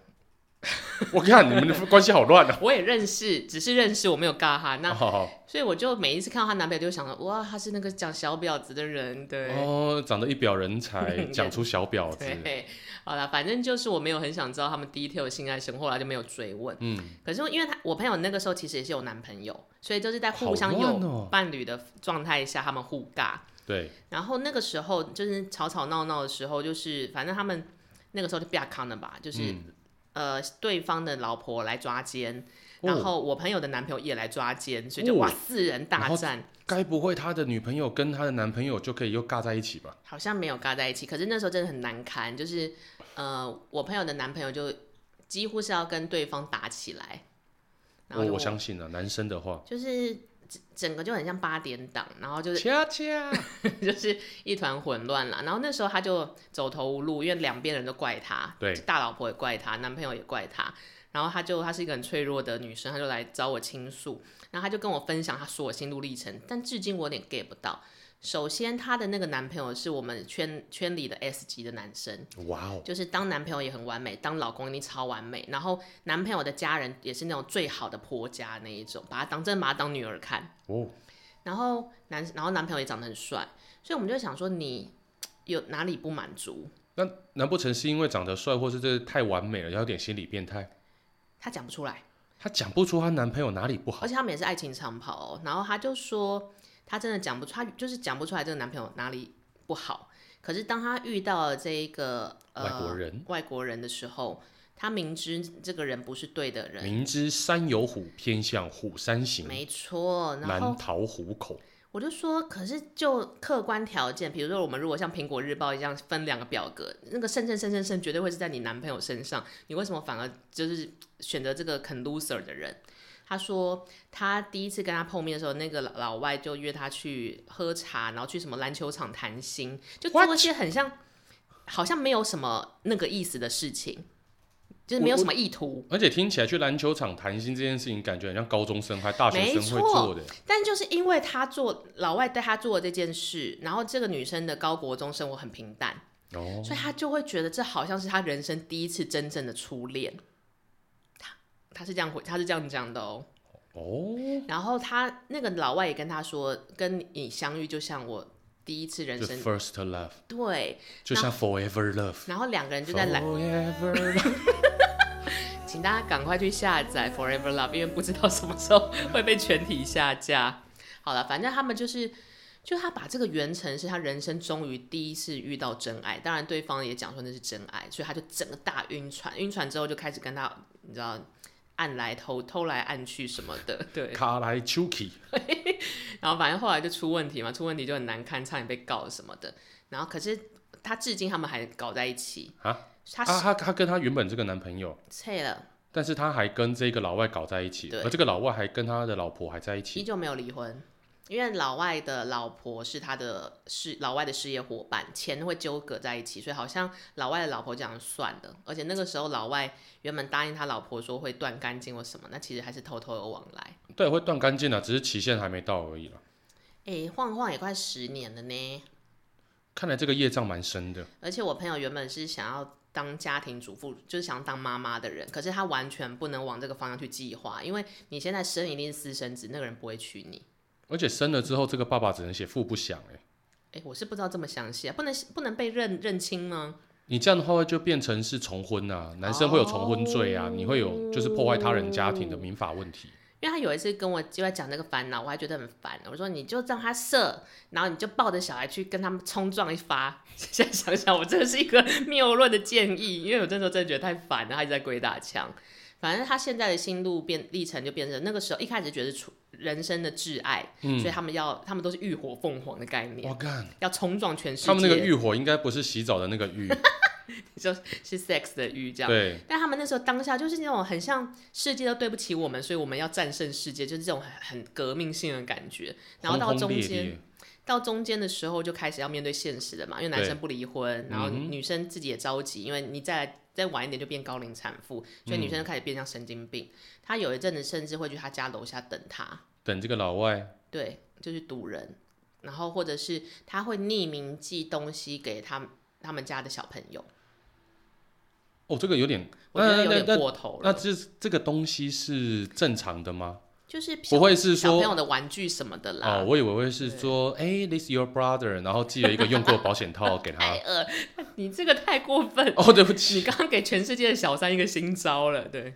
S2: 我看你们的关系好乱啊！
S1: 我也认识，只是认识我没有尬哈。 那、
S2: 好好
S1: 所以我就每一次看到她男朋友，就想到哇，他是那个讲小婊子的人，对、
S2: 哦，长得一表人才，讲出小婊子，
S1: 对。好啦，反正就是我没有很想知道他们 detail 的性爱生活，后来就没有追问。
S2: 嗯，
S1: 可是因为她我朋友那个时候其实也是有男朋友，所以就是在互
S2: 好
S1: 相
S2: 乱
S1: 有
S2: 哦
S1: 伴侣的状态下，他们互尬。
S2: 对，
S1: 然后那个时候就是吵吵闹闹的时候，就是反正他们那个时候就比较康了吧，就是、
S2: 嗯
S1: 呃对方的老婆来抓奸，
S2: 哦
S1: 然后我朋友的男朋友也来抓奸，所以就哇
S2: 哦
S1: 四人大
S2: 然后
S1: 战，
S2: 该不会他的女朋友跟他的男朋友就可以又尬在一起吧？
S1: 好像没有尬在一起。可是那时候真的很难堪，就是呃我朋友的男朋友就几乎是要跟对方打起来，然后
S2: 我
S1: 就
S2: 我相信啊，男生的话，
S1: 就是整整个就很像八点档，然后就是
S2: 恰恰
S1: 就是一团混乱啦。然后那时候他就走投无路，因为两边人都怪他，
S2: 对
S1: 大老婆也怪他，男朋友也怪他。然后他就她是一个很脆弱的女生，她就来找我倾诉，然后她就跟我分享她所有心路历程，但至今我有点 get 不到。首先，她的那个男朋友是我们圈圈里的 S 级的男生，
S2: 哇哦，
S1: 就是当男朋友也很完美，当老公一定超完美，然后男朋友的家人也是那种最好的婆家那一种，把他当真的把他当女儿看。
S2: 哦，
S1: 然后男，然后男朋友也长得很帅，所以我们就想说你有哪里不满足？
S2: 那难不成是因为长得帅，或是这太完美了，要有点心理变态？
S1: 她讲不出来，
S2: 她讲不出她男朋友哪里不好
S1: 而且他们也是爱情长跑哦。然后她就说，她真的讲不出，她就是讲不出来这个男朋友哪里不好。可是当她遇到了这一个呃
S2: 外国人
S1: 外国人的时候，她明知这个人不是对的人，
S2: 明知山有虎，偏向虎山行，
S1: 没错。然后
S2: 难逃虎口。
S1: 我就说，可是就客观条件，比如说我们如果像苹果日报一样分两个表格，那个胜胜胜胜胜绝对会是在你男朋友身上，你为什么反而就是选择这个很 loser 的人？他说他第一次跟他碰面的时候，那个老老外就约他去喝茶，然后去什么篮球场谈心，就做一些很像好像没有什么那个意思的事情，就是没有什么意图。
S2: 而且听起来去篮球场谈心这件事情，感觉很像高中生还大学
S1: 没
S2: 生会
S1: 错
S2: 做的。
S1: 但就是因为他做老外带他做的这件事，然后这个女生的高国中生活很平淡，
S2: 哦，
S1: 所以他就会觉得这好像是他人生第一次真正的初恋。他他是这样回，他是这样讲的哦。
S2: 哦，
S1: 然后他那个老外也跟他说，跟你相遇就像我第一次人
S2: 就
S1: 生
S2: first love，
S1: 对。
S2: 就像 forever love。
S1: 然后两个人就在篮，
S2: Forever，love
S1: 请大家赶快去下载 Forever Love，因为不知道什么时候会被全体下架。好了，反正他们就是，就他把这个原程是他人生终于第一次遇到真爱，当然对方也讲说那是真爱，所以他就整个大晕船，晕船之后就开始跟他，你知道。暗来偷偷来暗去什么的，对，
S2: 卡莱丘奇，
S1: 然后反正后来就出问题嘛，出问题就很难堪，差点被告什么的。然后可是他至今他们还搞在一起
S2: 啊，
S1: 他
S2: 啊，
S1: 是
S2: 她她跟她原本这个男朋友，
S1: 脆了，
S2: 但是她还跟这个老外搞在一起，
S1: 对
S2: 而这个老外还跟他的老婆还在一
S1: 依
S2: 起。
S1: 旧没有离婚，因为老外的老婆是他的事，老外的事业伙伴，钱会纠葛在一起，所以好像老外的老婆这样算的。而且那个时候老外原本答应他老婆说会断干净或什么，那其实还是偷偷有往来。
S2: 对，会断干净啊了，只是期限还没到而已了。
S1: 诶，晃晃也快十年了呢。
S2: 看来这个业障蛮深的。
S1: 而且我朋友原本是想要当家庭主妇，就是想要当妈妈的人，可是他完全不能往这个方向去计划，因为你现在生一定是私生子，那个人不会娶你。
S2: 而且生了之后，这个爸爸只能写父不详哎、
S1: 诶，我是不知道这么详细啊，不能不能被认认清吗？
S2: 你这样的话就变成是重婚啊，男生会有重婚罪
S1: 哦
S2: 啊，你会有就是破坏他人家庭的民法问题。
S1: 因为他有一次跟我就在讲那个烦恼，我还觉得很烦。我说你就让他射，然后你就抱着小孩去跟他们冲撞一发。 现在想想，我真的是一个 谬论的建议，因为我那时候真的觉得太烦了，他一直在鬼打墙。反正他现在的心路变历程就变成那个时候一开始觉得是初人生的挚爱，
S2: 嗯
S1: 所以他们要他们都是浴火凤凰的概念，
S2: 我干，
S1: 要冲撞嗯全世界。
S2: 哦他们那个浴火应该不是洗澡的那个浴，
S1: 是 sex 的浴 这样。
S2: 对，
S1: 但他们那时候当下就是那种很像世界都对不起我们，所以我们要战胜世界，就是这种很很革命性的感觉。然后到
S2: 轰
S1: 中
S2: 轰烈
S1: 间，
S2: 烈。
S1: 到中间的时候就开始要面对现实了嘛，因为男生不离婚，然后
S2: 嗯
S1: 女生自己也着急，因为你再再晚一点就变高龄产妇，所以女生就开始变像神经病。她有一阵子甚至会去他家楼下等他，
S2: 等这个老外
S1: 对，就是堵人，然后或者是他会匿名寄东西给他们他们家的小朋友，
S2: 哦，这个有点，
S1: 我觉
S2: 那
S1: 得有
S2: 那那
S1: 点过头
S2: 那
S1: 了，
S2: 这这个东西是正常的吗？
S1: 就是
S2: 不会是
S1: 小朋
S2: 说
S1: 友的玩具什么的啦。
S2: 哦，我以为会是说，哎、t h i s your brother，然后寄了一个用过的保险套给他
S1: 艾。尔， 你这个太过分！
S2: 哦，对不
S1: 你
S2: 起，
S1: 刚刚给全世界的小三一个新招了，对。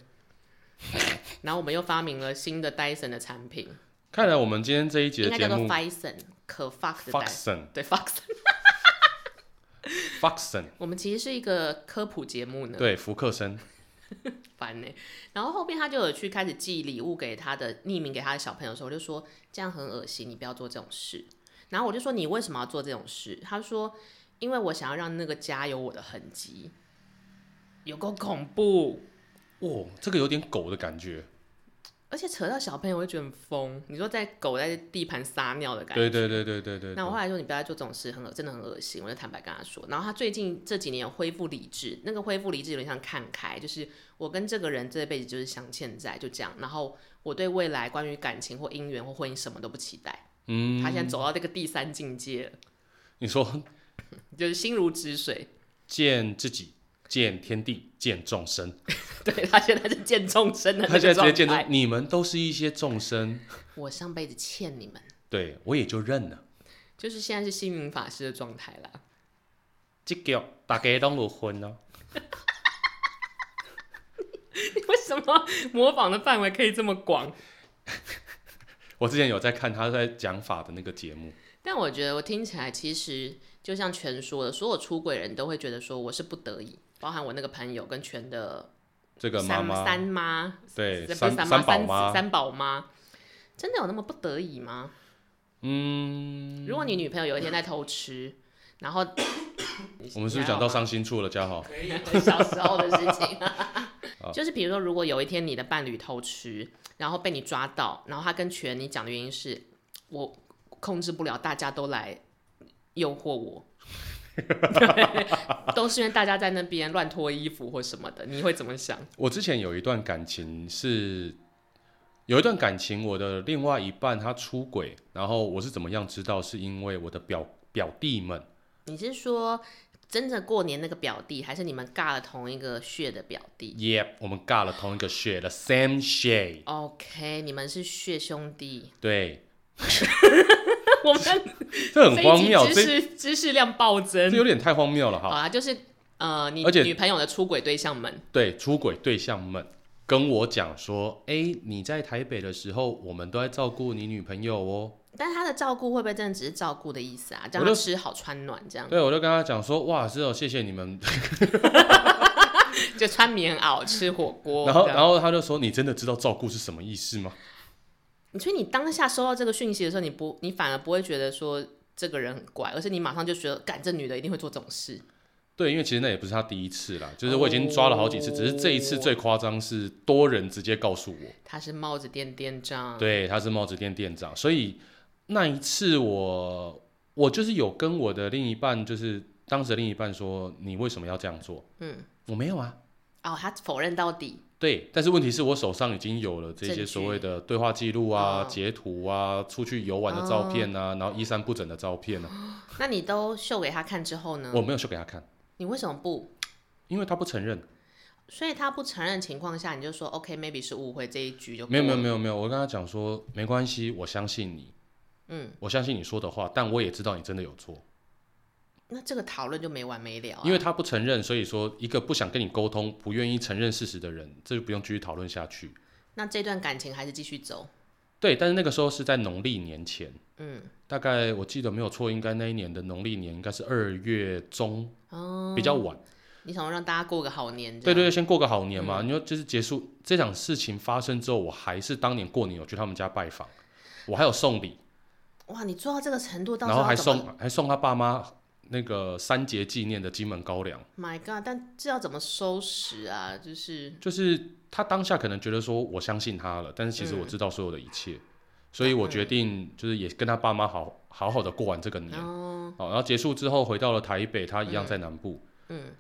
S1: 然后我们又发明了新的 Dyson 的产品，
S2: 看来我们今天这一集
S1: 应
S2: 的
S1: 该
S2: 节
S1: 叫做
S2: 目
S1: Dyson，可 fuck 的 Dyson，
S2: ，Foxon
S1: 对 Fox。
S2: Foxon，
S1: 我们其实是一个科普节目呢，
S2: 对，福克森，
S1: 烦呢、欸然后后面他就有去开始寄礼物给他的匿名给他的小朋友的时候，我就说这样很恶心，你不要做这种事。然后我就说你为什么要做这种事？他说因为我想要让那个家有我的痕迹，有够恐怖。
S2: 哦，这个有点狗的感觉。
S1: 而且扯到小朋友，我就觉得很疯。你说在狗在地盘撒尿的感觉。
S2: 对对对对对对
S1: 那我
S2: 对。
S1: 后来说你不要再做这种事，很恶，真的很恶心。我就坦白跟他说。然后他最近这几年有恢复理智，那个恢复理智有点像看开，就是我跟这个人这辈子就是相欠债，就这样。然后我对未来关于感情或姻缘或婚姻什么都不期待。
S2: 嗯，
S1: 他现在走到这个第三境界了，
S2: 你说
S1: 就是心如止水。
S2: 见自己，见天地，见众生，
S1: 对他现在是见众生的
S2: 他
S1: 那
S2: 现在
S1: 个
S2: 直接
S1: 状
S2: 见
S1: 态
S2: 众，。你们都是一些众生，
S1: 我上辈子欠你们，
S2: 对我也就认了。
S1: 就是现在是星云法师的状态啦。
S2: 这个大家都有分哦。
S1: 为什么模仿的范围可以这么广？
S2: 我之前有在看他在讲法的那个节目，
S1: 但我觉得我听起来，其实就像全说的，所有出轨人都会觉得说我是不得已，包含我那个朋友跟全的
S2: 这个妈
S1: 三
S2: 妈
S1: 三妈，
S2: 对
S1: 这不
S2: 三
S1: 是三
S2: 三
S1: 妈
S2: 宝
S1: 三
S2: 妈
S1: 子，三宝妈，真的有那么不得已吗？
S2: 嗯，
S1: 如果你女朋友有一天在偷吃，然后
S2: 我们是不是讲到伤心处了，嘉豪？
S1: 小时候的事情？就是比如说，如果有一天你的伴侣偷吃，然后被你抓到，然后他跟全你讲的原因是我控制不了，大家都来诱惑 我。 都是因为大家在那边乱脱衣服或什么的，你会怎么想？
S2: 我之前有一段感情是，有一段感情，我的另外一半他出轨，然后我是怎么样知道？是因为我的表表弟们，
S1: 你是说真的过年那个表弟，还是你们尬了同一个血的表弟
S2: 耶、我们尬了同一个血的 same shade，
S1: ？OK，你们是血兄弟。
S2: 对，
S1: 我们
S2: 这 很 荒谬，
S1: 这一集知
S2: 这
S1: 识知识量暴
S2: 这
S1: 增。
S2: 有点太荒谬了
S1: 好
S2: 哈。
S1: 啊，就是呃，你
S2: 而且
S1: 女朋友的出轨对象们，
S2: 对，出轨对象们跟我讲说，哎、你在台北的时候，我们都在照顾你女朋友哦。
S1: 但他的照顾会不会真的只是照顾的意思啊？让
S2: 我
S1: 他
S2: 就
S1: 吃好穿暖这样，
S2: 对，我就跟他讲说，哇，是哦，谢谢你们。
S1: 就穿棉袄吃火锅。
S2: 然后，
S1: 哦这样
S2: 然后他就说，你真的知道照顾是什么意思吗？
S1: 所以你当下收到这个讯息的时候，你不，你反而不会觉得说这个人很怪，而是你马上就觉得，干这女的一定会做这种事。
S2: 对，因为其实那也不是他第一次啦，就是我已经抓了好几次，只是这一次最夸张是多人直接告诉我，
S1: 她是帽子店店长，
S2: 对，他是帽子店店长，所以那一次我我就是有跟我的另一半，就是当时的另一半说，你为什么要这样做？
S1: 嗯，
S2: 我没有啊，
S1: 哦，她否认到底，
S2: 对，但是问题是我手上已经有了这
S1: 证
S2: 些
S1: 据
S2: 所谓的对话记录啊、
S1: 哦
S2: 截图啊、出去游玩的照片啊，然后衣衫不整的照片啊，
S1: 那你都秀给她看之后呢？
S2: 我没有秀给他看，
S1: 你为什么不？
S2: 因为他不承认。
S1: 所以她不承认情况下，你就说 OK，maybe、是误会这一局就
S2: 没有没有没
S1: 有，
S2: 有没有，我跟他讲说没关系，我相信你，
S1: 嗯，
S2: 我相信你说的话，但我也知道你真的有错，
S1: 那这个讨论就没完没了、啊，
S2: 因为他不承认，所以说一个不想跟你沟通、不愿意承认事实的人，这就不用继续讨论下去。
S1: 那这段感情还是继续走，
S2: 对，但是那个时候是在农历年前，
S1: 嗯，
S2: 大概我记得没有错，应该那一年的农历年应该是二月中，
S1: 哦，
S2: 比较晚。
S1: 你想要让大家过个好年，
S2: 对对，对，先过个好年嘛。
S1: 嗯
S2: 你说就是结束这场事情发生之后，我还是当年过年有去他们家拜访，我还有送礼，
S1: 哇，你做到这个程度，到时
S2: 然
S1: 候
S2: 后还
S1: 要怎么
S2: 送还送他爸妈那个三节纪念的金门高粱。
S1: My God！但这要怎么收拾啊？就是
S2: 就是他当下可能觉得说我相信他了，但是其
S1: 嗯
S2: 实我知道所有的一切，所以我决定就是也跟他爸妈好好好的过完这个年。
S1: 哦，
S2: 好，然后结束之后回到了台北，他一样在南部。
S1: 嗯，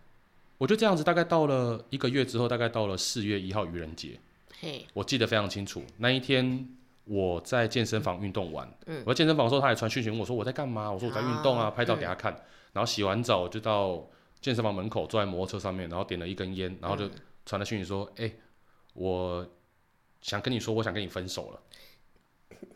S2: 我就这样子，大概到了一个月之后，大概到了四月一号愚人节。
S1: 嘿，
S2: 我记得非常清楚，那一天我在健身房运动完，
S1: 嗯
S2: 我在健身房的时候，他还传讯息问我说我在干嘛，我说我在运动啊，
S1: 啊
S2: 拍照给他看，然后洗完澡就到健身房门口，坐在摩托车上面，然后点了一根烟，然后就传了讯息说，哎、我想跟你说，我想跟你分手了，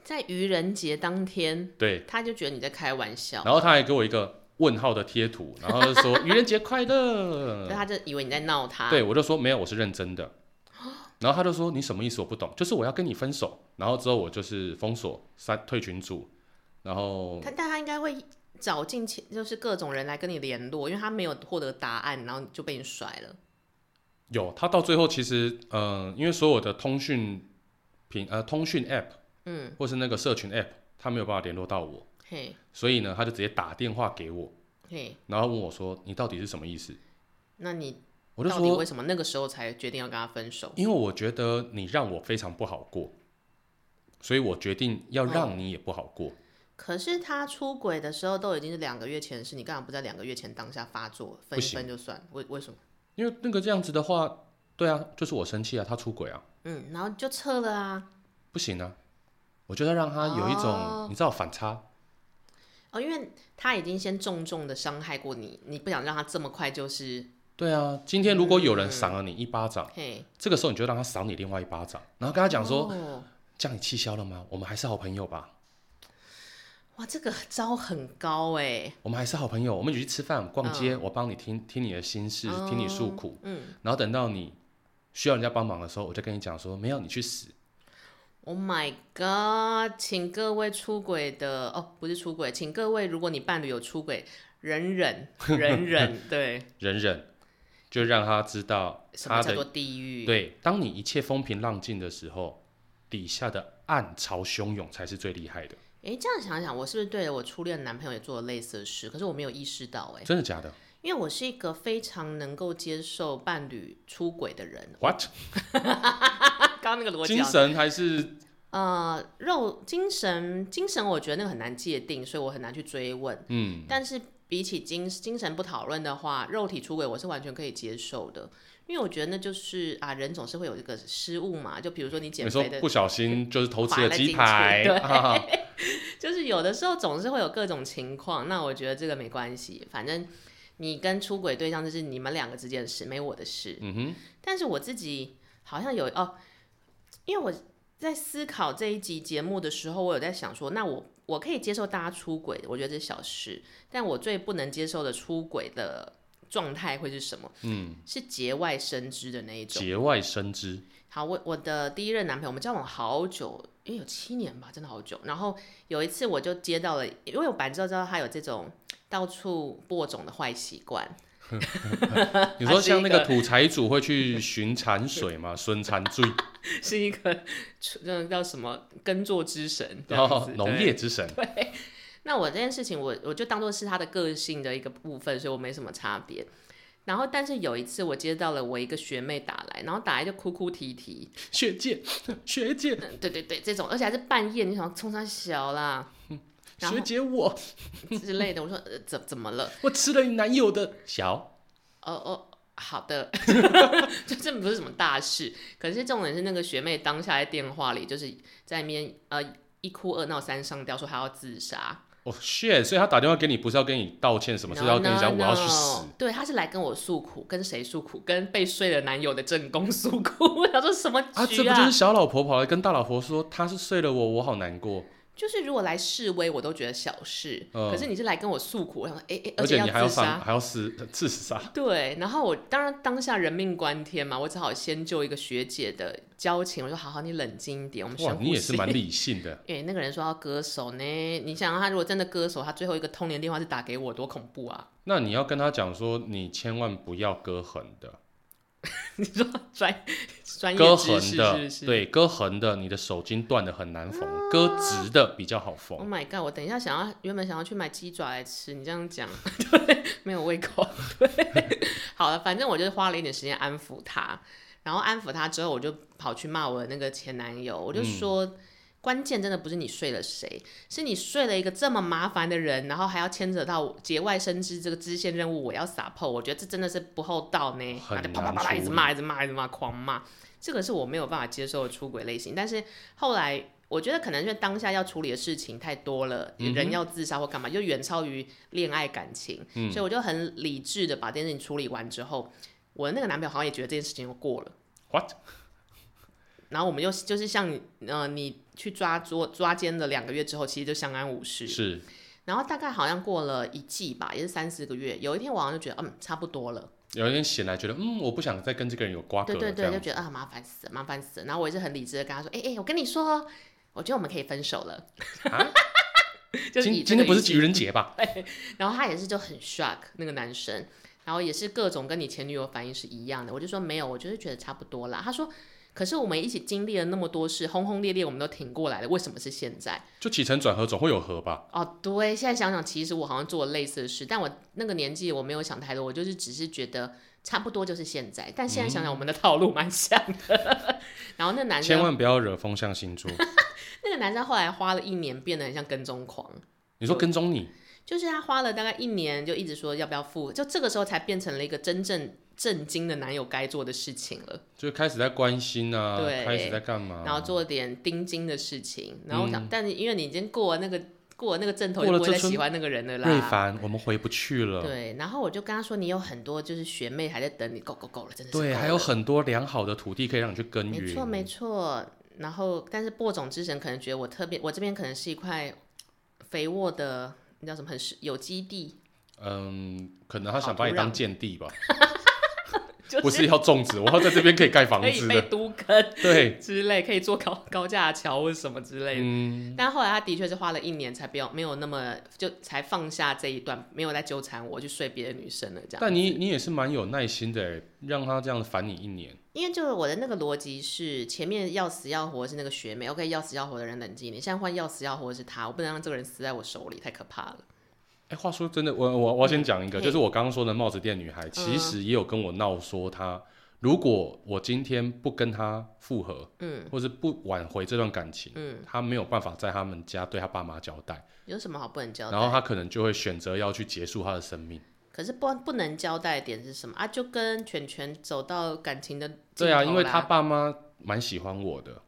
S1: 在愚人节当天，
S2: 对，
S1: 他就觉得你在开玩笑，
S2: 然后他还给我一个问号的贴图，然后就说愚人节快
S1: 所
S2: 乐
S1: 以，他就以为你在闹他。
S2: 嗯对，我就说没有，我是认真的。然后他就说你什么意思？我不懂，就是我要跟你分手。然后之后我就是封锁、删、退群组，然后
S1: 他但他应该会找尽其就是各种人来跟你联络，因为他没有获得答案，然后就被你甩了。
S2: 有他到最后其实，嗯、因为所有的通讯平呃通讯 app
S1: 嗯，
S2: 或是那个社群 app，他没有办法联络到我，
S1: 嘿，
S2: 所以呢，他就直接打电话给我，
S1: 嘿，
S2: 然后问我说你到底是什么意思？
S1: 那你
S2: 我就
S1: 到底
S2: 说
S1: 为什么那个时候才决定要跟他分手？
S2: 因为我觉得你让我非常不好过，所以我决定要
S1: 哦
S2: 让你也不好过。
S1: 可是他出轨的时候都已经是两个月前的事，你干嘛不在两个月前当下发作分
S2: 不
S1: 一
S2: 行
S1: 分就算？为为什么？
S2: 因为那个这样子的话，对啊，就是我生气啊，他出轨啊，
S1: 嗯，然后就撤了啊。
S2: 不行啊，我就要让他有一种、
S1: 哦
S2: 你知道反差，
S1: 哦，因为他已经先重重的伤害过你，你不想让他这么快就是
S2: 对啊，今天如果有人赏了你一巴掌，
S1: 嘿，
S2: 这个时候你就让他赏你另外一巴掌，然后跟他讲说，
S1: 哦
S2: 这样你气消了吗？我们还是好朋友吧，
S1: 哇，这个招很高哎，
S2: 我们还是好朋友，我们一起去吃饭、逛街，我帮你听听你的心事，听你诉
S1: 嗯
S2: 苦，
S1: 嗯
S2: 然后等到你需要人家帮忙的时候，我就跟你讲说，没有，你去死。
S1: ，Oh my God，请各位出轨的哦，不是出轨，请各位，如果你伴侣有出轨，忍 忍忍忍，对，
S2: 忍忍，就让他知道
S1: 什
S2: 他
S1: 么叫
S2: 的
S1: 做地狱？
S2: 对，当你一切风平浪静的时候，底下的暗潮汹涌才是最厉害的。
S1: 哎，这样想想，我是不是对我初恋男朋友也做了类似的事？可是我没有意识到哎，
S2: 真的假的？
S1: 因因为我是一个非常能够接受伴侣出轨的人，
S2: ？What？
S1: 刚刚那个逻辑
S2: 精
S1: 啊，
S2: 神还是
S1: 呃，肉精神精神，我觉得那个很难界定，所以我很难去追问。
S2: 嗯
S1: 但是比起精精神不讨论的话，肉体出轨我是完全可以接受的，因为我觉得那就是啊，人总是会有一个失误嘛。就比如说你减
S2: 你说
S1: 肥的
S2: 不小心就是偷吃
S1: 滑
S2: 了
S1: 了
S2: 鸡
S1: 进去
S2: 排
S1: 对
S2: 啊？
S1: 就是有的时候总是会有各种情况，那我觉得这个没关系，反正你跟出轨对象就是你们两个之间的事，没我的事。
S2: 嗯哼，
S1: 但是我自己好像有哦，因为我在思考这一集节目的时候，我有在想说，那我我可以接受大家出轨，我觉得这是小事，但我最不能接受的出轨的状态会是什么？
S2: 嗯，
S1: 是节外生枝的那一种。
S2: 节外 生枝，
S1: 好，我我的第一任男朋友，我们交往好久，也有七年吧，真的好久。然后有一次我就接到了，因为我本来就知道他有这种到处播种的坏习 惯，
S2: 你
S1: 它
S2: 说
S1: 是
S2: 像
S1: 一
S2: 那个
S1: 个
S2: 土财主会去寻产水 嘛，寻产水，
S1: 是一个出那个叫什么耕作之神这
S2: 然
S1: 样
S2: 后
S1: 子，
S2: 哦农
S1: 对
S2: 业之神，
S1: 那我这件事情我，我就当做是他的个性的一个部分，所以我没什么差别。然后，但是有一次我接到了我一个学妹打来，然后打来就哭哭啼啼，
S2: 学姐，学姐，
S1: 嗯，对对对，这种，而且还是半夜，你想冲她小啦然后
S2: 学姐，我
S1: 之类的。我说呃，怎怎么了？
S2: 我吃了你男友的小，
S1: 哦哦，好的， 就这不是什么大事。可是重点是那个学妹当下在电话里就是在那边呃一哭二闹三上吊，说她要自杀。
S2: 哦、shit，所以他打电话给你不是要跟你道歉什么，是
S1: No,
S2: 要跟你讲
S1: no,
S2: 我要去
S1: no
S2: 死。
S1: 对，他是来跟我诉苦，跟谁诉苦？跟被睡的男友的正宫诉苦。 他说什么局啊？
S2: 啊，这不就是小老婆跑来跟大老婆说，她是睡了我，我好难过，
S1: 就是如果来示威，我都觉得小事。
S2: 嗯
S1: 可是你是来跟我诉苦，我想说，哎、哎，
S2: 而且你还要
S1: 要自
S2: 上
S1: 杀。
S2: 还要死自杀，
S1: 对，然后我当然当下人命关天嘛，我只好先救一个学姐的交情。我说好好，你冷静一点，我们深
S2: 哇，
S1: 呼吸。
S2: 你也是 蛮理性的。
S1: 哎、那个人说要割手呢，你想啊想他如果真的割手，他最后一个通联电话是打给我，多恐怖啊！
S2: 那你要跟他讲说，你千万不要割痕的，
S1: 你说专专业
S2: 割
S1: 知
S2: 痕
S1: 识
S2: 的，
S1: 是不啊是？
S2: 对，割痕的，你的手筋断的很难缝，割直的比较好缝。
S1: Oh my god！我等一下想要原本想要去买鸡爪来吃，你这样讲， 对，没有胃口。对， 好了，反正我就花了一点时间安抚他，然后安抚他之后，我就跑去骂我的那个前男友，
S2: 嗯
S1: 我就说。关键真的不是你睡了谁，是你睡了一个这么麻烦的人，然后还要牵扯到节外生枝这个支线任务，我要撒泡，我觉得这真的是不厚道呢。然后
S2: 很
S1: 就啪啪
S2: 难
S1: 啪啪一
S2: 处
S1: 直
S2: 理
S1: 骂，一直骂，一直骂，狂骂，这个是我没有办法接受的出轨类型。但是后来我觉得可能因为当下要处理的事情太多了，
S2: 嗯哼
S1: 人要自杀或干嘛，就远超于恋爱感情，
S2: 嗯
S1: 所以我就很理智的把这件事情处理完之后，我的那个男朋友好像也觉得这件事情过了。
S2: What？
S1: 然后我们又就是像你呃，你去抓捉抓奸的两个月之后，其实就相安无事。
S2: 是，
S1: 然后大概好像过了一季吧，也是三四个月。有一天我好像就觉得，嗯，差不多了。
S2: 有一天醒来觉得，嗯，我不想再跟这个人有瓜
S1: 对
S2: 葛了，
S1: 对对，
S2: 这
S1: 就
S2: 样
S1: 觉得啊，麻烦死了，麻烦死了。然后我也是很理智的跟他说，哎、哎、我跟你说，我觉得我们可以分手了。
S2: 啊
S1: 就是以
S2: 今
S1: 这
S2: 今
S1: 个
S2: 天不
S1: 语
S2: 是
S1: 气
S2: 愚人节吧？
S1: 然后他也是就很 shock 那个男生，然后也是各种跟你前女友反应是一样的。我就说没有，我就是觉得差不多啦。他说，可是我们一起经历了那么多事，轰轰烈烈，我们都挺过来了，为什么是现在？
S2: 就起承转合总会有合吧？
S1: 哦，对，现在想想，其实我好像做了类似的事，但我那个年纪我没有想太多，我就是只是觉得差不多就是现在。但现在想想，我们的套路蛮像的。 然后那男
S2: 嗯千
S1: 生，
S2: 万不要惹风象星座。
S1: 那个男生后来花了一年变得很像跟踪狂。
S2: 你说跟踪你，
S1: 就是他花了大概一年，就一直说要不要复，就这个时候才变成了一个真正震惊的男友该做的事情了，
S2: 就开始在关心啊，
S1: 对
S2: 开始在干嘛？
S1: 然后做点钉钉的事情，然后我想，但是因为你已经过了那个过了那个阵头，
S2: 嗯过
S1: 就
S2: 了
S1: 不会再
S2: 这村
S1: 喜欢那个人了
S2: 瑞
S1: 啦。
S2: 凡，我们回不去了。
S1: 对，然后我就跟他说，你有很多就是学妹还在等你，够够够了，真的是
S2: 对，
S1: 够
S2: 还有
S1: 了
S2: 很多良好的土地可以让你去耕
S1: 没
S2: 耘。
S1: 错没错。然后，但是播种之神可能觉得我特别，我这边可能是一块肥沃的，你知道什么很适有基地，
S2: 嗯，可能他
S1: 好
S2: 想把你
S1: 土
S2: 当
S1: 壤
S2: 间地吧，
S1: 就
S2: 不是要种植，我要在这边可以盖 房
S1: 可以
S2: 子
S1: 被
S2: 的。
S1: 都跟。
S2: 对，
S1: 之类，可以做高高架桥或者什么之类的。
S2: 嗯，
S1: 但后来他的确是花了一年才不要，没有那么就才放下这一段，没有再纠缠我去睡别的女生了这样。
S2: 但你你也是蛮有耐心的欸，让他这样烦你一年。
S1: 因为就是我的那个逻辑是，前面要死要活是那个学妹，OK，要死要活的人冷静一点，现在换要死要活的是他，我不能让这个人死在我手里，太可怕了。
S2: 哎，话说真的，我我我要先讲一个，
S1: 嗯
S2: 就是我刚刚说的帽子店女孩，其实也有跟我闹说她，如果我今天不跟她复合，
S1: 嗯
S2: 或是不挽回这段感情，
S1: 嗯，
S2: 她没有办法在他们家对她爸妈交代，
S1: 有什么好不能交代？
S2: 然后她可能就会选择要去结束她的生命。
S1: 可是不不能交代的点是什么啊？就跟犬犬走到感情的
S2: 对啊，因为她
S1: 他
S2: 爸妈蛮喜欢我的，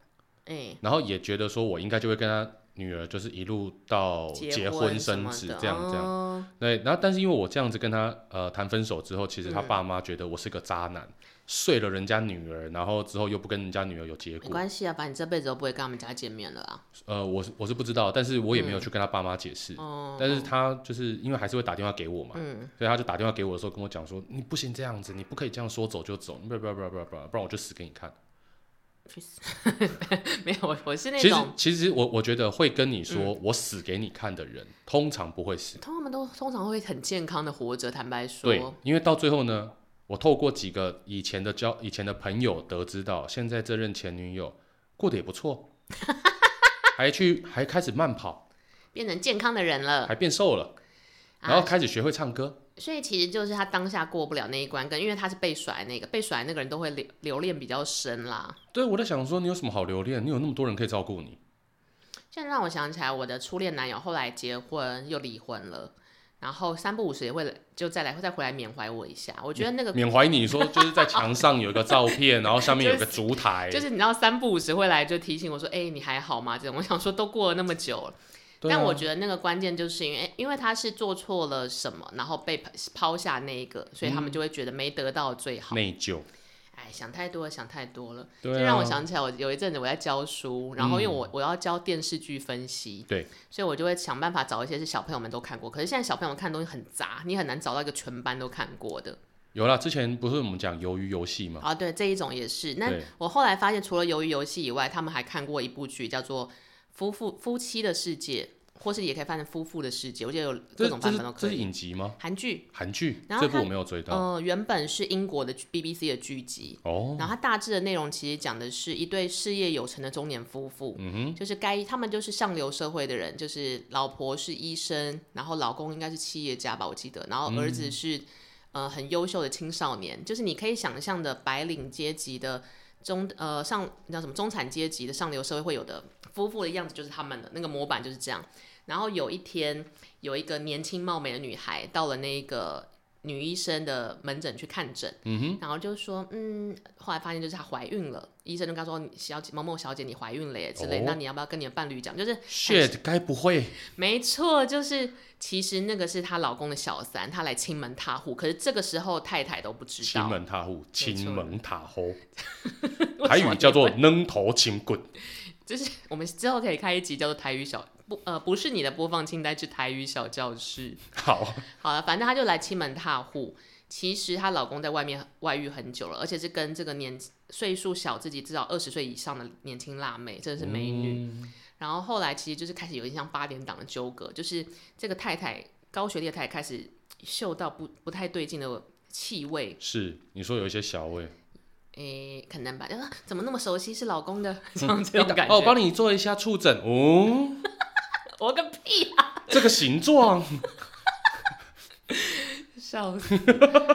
S1: 哎
S2: 然后也觉得说我应该就会跟她女儿就是一路到结
S1: 婚
S2: 婚
S1: 什
S2: 生
S1: 么
S2: 子
S1: 的
S2: 这样这样。
S1: 哦
S2: 对，然后但是因为我这样子跟他呃谈分手之后，其实
S1: 嗯
S2: 他爸妈觉得我是个渣男，睡了人家女儿，然后之后又不跟人家女儿有结
S1: 没
S2: 果。
S1: 关系啊，反正你这辈子都不会跟他们家见面了啊。
S2: 呃，我是我是不知道，但是我也没有去跟他爸妈解释。
S1: 哦，
S2: 但是他就是因为还是会打电话给我嘛，
S1: 嗯
S2: 所以他就打电话给我的时候跟我讲说，你不行这样子，你不可以这样说走就走，不要不要不要不要不要，不然我就死给你看。
S1: 没有，我我是那
S2: 其实
S1: 种，嗯
S2: 其实我我觉得会跟你说、我死给你看的人，通常不会死。
S1: 通常都通常会很健康的活着。坦白
S2: 对
S1: 说，，
S2: 因为到最后呢，我透过几个以前的交、以前的朋友得知到，现在这任前女友过得也不 错，还去还开始慢跑，
S1: 变成健康的人了。
S2: 还变瘦了，
S1: 啊
S2: 然后开始学会唱歌。
S1: 所以其实就是他当下过不了那一关，跟因为他是被甩那个，被甩那个人都会留留恋比较深啦。
S2: 对，我在想说，你有什么好留恋？你有那么多人可以照顾你。
S1: 现在让我想起来，我的初恋男友后来结婚又离婚了，然后三不五时也会就再来再回来缅怀我一下。我觉得那个
S2: 缅怀 你说，就是在墙上有一个照片，然后上面有个烛台，
S1: 就是你知道三不五时会来就提醒我说：“哎、你还好吗？”这种我想说都过了那么久了，
S2: 对啊
S1: 但我觉得那个关键就是因为因为他是做错了什么，然后被抛抛下那一个，所以他们就会觉得没得到最好。
S2: 内疚。
S1: 哎、想太多了，想太多了。
S2: 嗯对啊嗯
S1: 这让我想起来，我有一阵子我在教书，然后因为我、我要教电视剧分析，
S2: 对，
S1: 所以我就会想办法找一些是小朋友们都看过。可是现在小朋友们看的东西很杂，你很难找到一个全班都看过的。
S2: 有啦，之前不是我们讲鱿鱼游戏吗？
S1: 啊，对，这一种也是。那
S2: 对
S1: 我后来发现，除了《鱿鱼游戏》以外，他们还看过一部剧，叫做《夫妇夫妻的世界》，或是也可以翻成《夫妇的世界》，我记得有各
S2: 这
S1: 种
S2: 这
S1: 版
S2: 是
S1: 本都可
S2: 这是
S1: 以。
S2: 影集吗？
S1: 韩剧，
S2: 韩剧
S1: 然后
S2: 这部
S1: 它
S2: 我没有追到
S1: 呃，原本是英国的 BBC 的剧集，
S2: 哦。
S1: 然后它大致的内容其实讲的是一对事业有成的中年夫妇，嗯、就是该他们就是上流社会的人，就是老婆是医生，然后老公应该是企业家吧，我记得，然后儿子是、呃很优秀的青少年，就是你可以想象的白领阶级的中呃上你叫什么中产阶级的上流社会会有的夫妇的样子，就是他们的那个模板就是这样。然后有一天，有一个年轻貌美的女孩到了那个女医生的门诊去看诊，嗯、然后就说，嗯，后来发现就是她怀孕了，医生就跟她说，你小姐某某小姐你怀孕了耶之类，
S2: 哦
S1: 那你要不要跟你的伴侣讲？就是哎
S2: shit，该不会
S1: 没错，就是其实那个是她老公的小三，她来亲门踏户，可是这个时候太太都不知
S2: 亲
S1: 道，
S2: 门踏户，亲门踏户，
S1: 为
S2: 台
S1: 什么
S2: 语叫做扔头轻滚。
S1: 就是我们之后可以开一集叫做台语小不呃不是你的播放清单，是台语小教室。
S2: 好，
S1: 好了，反正她就来欺门踏户。其实她老公在外面外遇很久了，而且是跟这个年岁数小自己至少二十岁以上的年轻辣妹，真的是美女。
S2: 嗯
S1: 然后后来其实就是开始有一像八点档的纠葛，就是这个太太高学历的太太开始嗅到不不太对劲的气味，
S2: 是你说有一些小味，
S1: 诶，可能吧，就说啊怎么那么熟悉，是老公的 这样这种感觉。
S2: 哦，我帮你做一下触诊，哦，
S1: 我个屁啊！
S2: 这个形状，
S1: 笑死！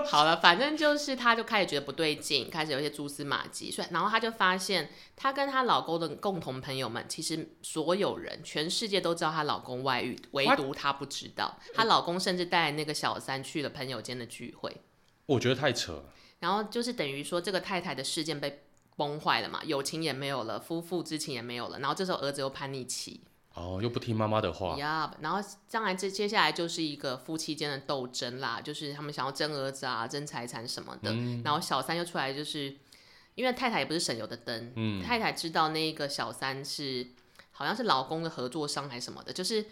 S1: 好了，反正就是她就开始觉得不对劲，开始有一些蛛丝马迹，所以然后她就发现，她跟她老公的共同朋友们，其实所有人全世界都知道她老公外遇，唯独她不知道。她老公甚至带那个小三去了朋友间的聚会，
S2: 我觉得太扯了。
S1: 然后就是等于说这个太太的事件被崩坏了嘛，友情也没有了，夫妇之情也没有了，然后这时候儿子又叛逆期，
S2: 哦，又不听妈妈的话，
S1: 呀然后当然这接下来就是一个夫妻间的斗争啦，就是他们想要争儿子啊、争财产什么的。
S2: 嗯
S1: 然后小三又出来，就是因为太太也不是省油的灯，
S2: 嗯
S1: 太太知道那个小三是好像是老公的合作商还是什么的，就是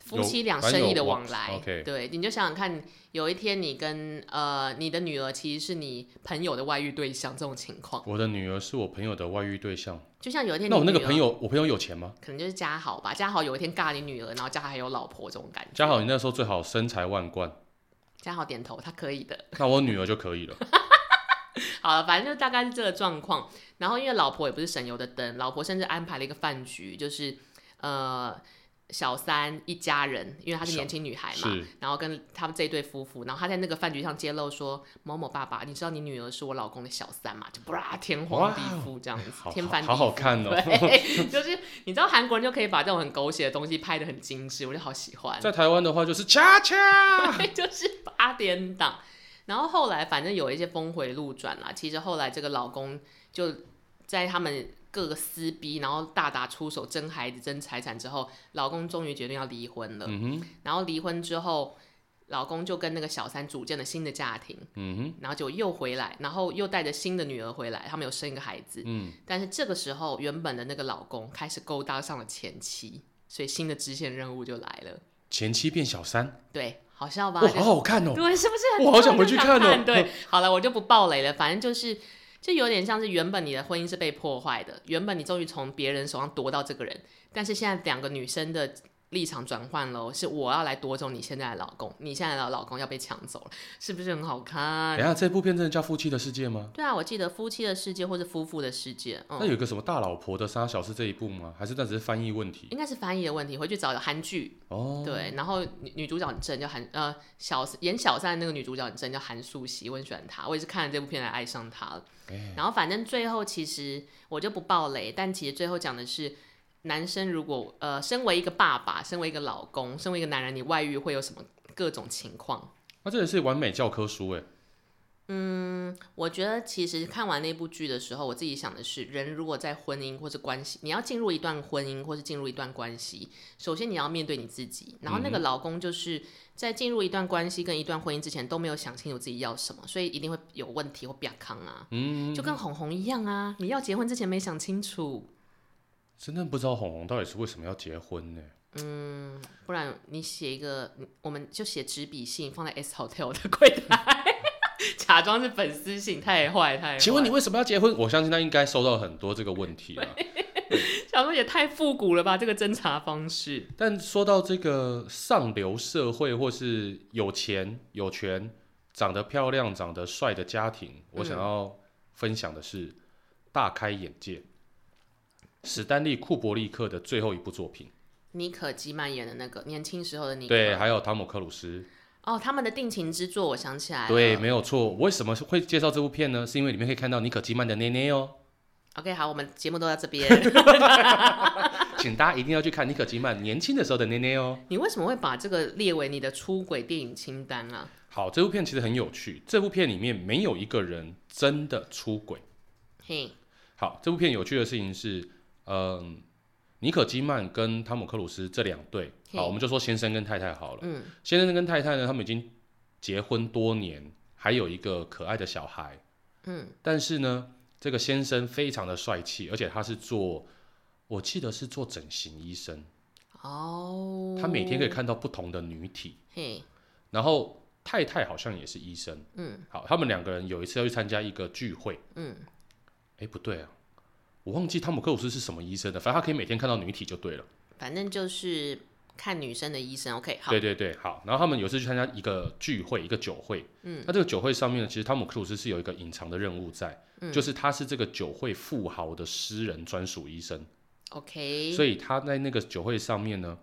S1: 夫
S2: 有
S1: 妻俩
S2: 反正
S1: 生意
S2: 有
S1: 的
S2: 往
S1: 往来。
S2: OK
S1: 对，你就想想看，有一天你跟呃你的女儿其实是你朋友的外遇对象这种情况，
S2: 我的女儿是我朋友的外遇对象。
S1: 就像有一天
S2: 那
S1: 你
S2: 我那个
S1: 女儿
S2: 朋友，我朋友有钱吗？
S1: 可能就是嘉豪吧，嘉豪有一天尬你女儿，然后嘉豪还有老婆这种感觉。
S2: 嘉豪，你那时候最好身材万贯，
S1: 嘉豪点头，他可以的。
S2: 那我女儿就可以了。
S1: 好了，反正就大概是这个状况。然后因为老婆也不是省油的灯，老婆甚至安排了一个饭局，就是呃小三一家人，因为她是
S2: 小
S1: 年轻女孩嘛
S2: 是，
S1: 然后跟他们这对夫妇，然后她在那个饭局上揭露说，某某爸爸，你知道你女儿是我老公的小三嘛？就布拉天荒地覆这样子，
S2: 哦好
S1: 天翻地覆
S2: 好好看哦
S1: 对，就是你知道韩国人就可以把这种很狗血的东西拍的很精致，我就好喜欢。
S2: 在台湾的话就是恰恰，
S1: 对， 就是八点档。然后后来反正有一些峰回路转啦，其实后来这个老公就在他们各个撕逼，然后大打出手争孩子、争财产之后，老公终于决定要离婚了。
S2: 嗯哼，
S1: 然后离婚之后，老公就跟那个小三组建了新的家庭，
S2: 嗯哼，
S1: 然后就又回来，然后又带着新的女儿回来，他们有生一个孩子。
S2: 嗯，
S1: 但是这个时候，原本的那个老公开始勾搭上了前妻，所以新的支线任务就来了。
S2: 前妻变小三，
S1: 对，好笑吧？
S2: 哇，
S1: 就
S2: 好好看哦，
S1: 对，是不是很？
S2: 我好想回去
S1: 看
S2: 看哦
S1: 对，好了，我就不爆雷了。反正就是，就有点像是原本你的婚姻是被破坏的，原本你终于从别人手上夺到这个人，但是现在两个女生的立场转换喽，是我要来夺走你现在的老公，你现在的老公要被抢走了，是不是很好
S2: 等
S1: 看
S2: 一？下这部片真的叫《夫妻的世界》吗？
S1: 对啊，我记得《夫妻的世界》或是《夫妇的世界》，
S2: 那
S1: 嗯，
S2: 有一个什么大老婆的沙小是这一部吗？还是那只是翻译问题？
S1: 应该是翻译的问题，回去找韩剧。
S2: 哦，
S1: 对，然后女女主角很正，叫韩呃小演小三的那个女主角很正，叫韩素汐，我很喜欢她，我也是看了这部片才爱上她了。
S2: 哎
S1: 然后反正最后其实我就不爆雷，但其实最后讲的是，男生如果呃，身为一个爸爸，身为一个老公，身为一个男人，你外遇会有什么各种情况？
S2: 那这也是完美教科书哎，
S1: 我觉得其实看完那部剧的时候，我自己想的是，人如果在婚姻或是关系，你要进入一段婚姻或是进入一段关系，首先你要面对你自己。然后
S2: 嗯
S1: 那个老公就是在进入一段关系跟一段婚姻之前都没有想清楚自己要什么，所以一定会有问题或比较康啊，
S2: 嗯，
S1: 就跟红红一样啊，你要结婚之前没想清楚，
S2: 真的不知道红红到底是为什么要结婚呢？
S1: 不然你写一个，嗯我们就写纸笔信放在 S Hotel 的柜台， 假装是粉丝信，太坏太坏。
S2: 请问你为什么要结婚？我相信他应该收到很多这个问题了。
S1: 想说也太复古了吧？这个侦查方式，
S2: 但说到这个上流社会或是有钱有权、长得漂亮、长得帅的家庭，我想要分享的是大开眼界。史丹利·库伯利克的最后一部作品，
S1: 妮可基曼演的那个年轻时候的妮可，
S2: 对，还有汤姆·克鲁斯，
S1: 哦，他们的定情之作，我想起来了。
S2: 对，没有错。为什么会介绍这部片呢？是因为里面可以看到妮可基曼的内内哦，
S1: ，OK，好，我们节目都到这边。
S2: 请大家一定要去看妮可基曼年轻的时候的内内哦。
S1: 你为什么会把这个列为你的出轨电影清单啊？
S2: 好，这部片其实很有趣。这部片里面没有一个人真的出轨。
S1: 嘿，
S2: 好，这部片有趣的事情是，嗯，尼可基曼跟汤姆克鲁斯这两对，
S1: 嘿
S2: 好，我们就说先生跟太太好了。
S1: 嗯，
S2: 先生跟太太呢，他们已经结婚多年，还有一个可爱的小孩。
S1: 嗯，
S2: 但是呢，这个先生非常的帅气，而且他是做，我记得是做整形医生，
S1: 哦，
S2: 他每天可以看到不同的女体。
S1: 嘿，
S2: 然后太太好像也是医生，
S1: 嗯，
S2: 好，他们两个人有一次要去参加一个聚会，
S1: 嗯，
S2: 哎，不对啊，我忘记汤姆克鲁斯是什么医生的，反正他可以每天看到女体就对了，
S1: 反正就是看女生的医生。OK，好，
S2: 对对对，好，然后他们有一次去参加一个聚会，一个酒会，嗯，那这个酒会上面呢，其实汤姆克鲁斯是有一个隐藏的任务在，
S1: 嗯
S2: 就是他是这个酒会富豪的私人专属医生，
S1: OK，
S2: 所以他在那个酒会上面呢。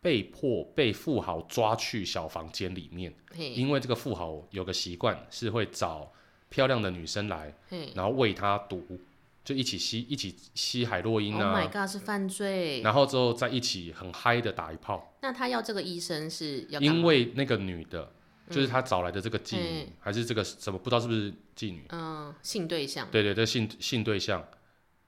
S2: 被迫被富豪抓去小房间里面，
S1: 嘿，
S2: 因为这个富豪有个习惯是会找漂亮的女生来，
S1: 嘿
S2: 然后喂她毒，就一起吸一起吸海洛因
S1: ，Oh my
S2: 啊，
S1: god，是犯罪。
S2: 然后之后再一起很嗨的打一炮。
S1: 那他要这个医生是要干嘛
S2: 因为那个女的，就是他找来的这个妓女，
S1: 嗯
S2: 还是这个什么不知道是不是妓女？啊
S1: 嗯性对象
S2: 对对对，性性对象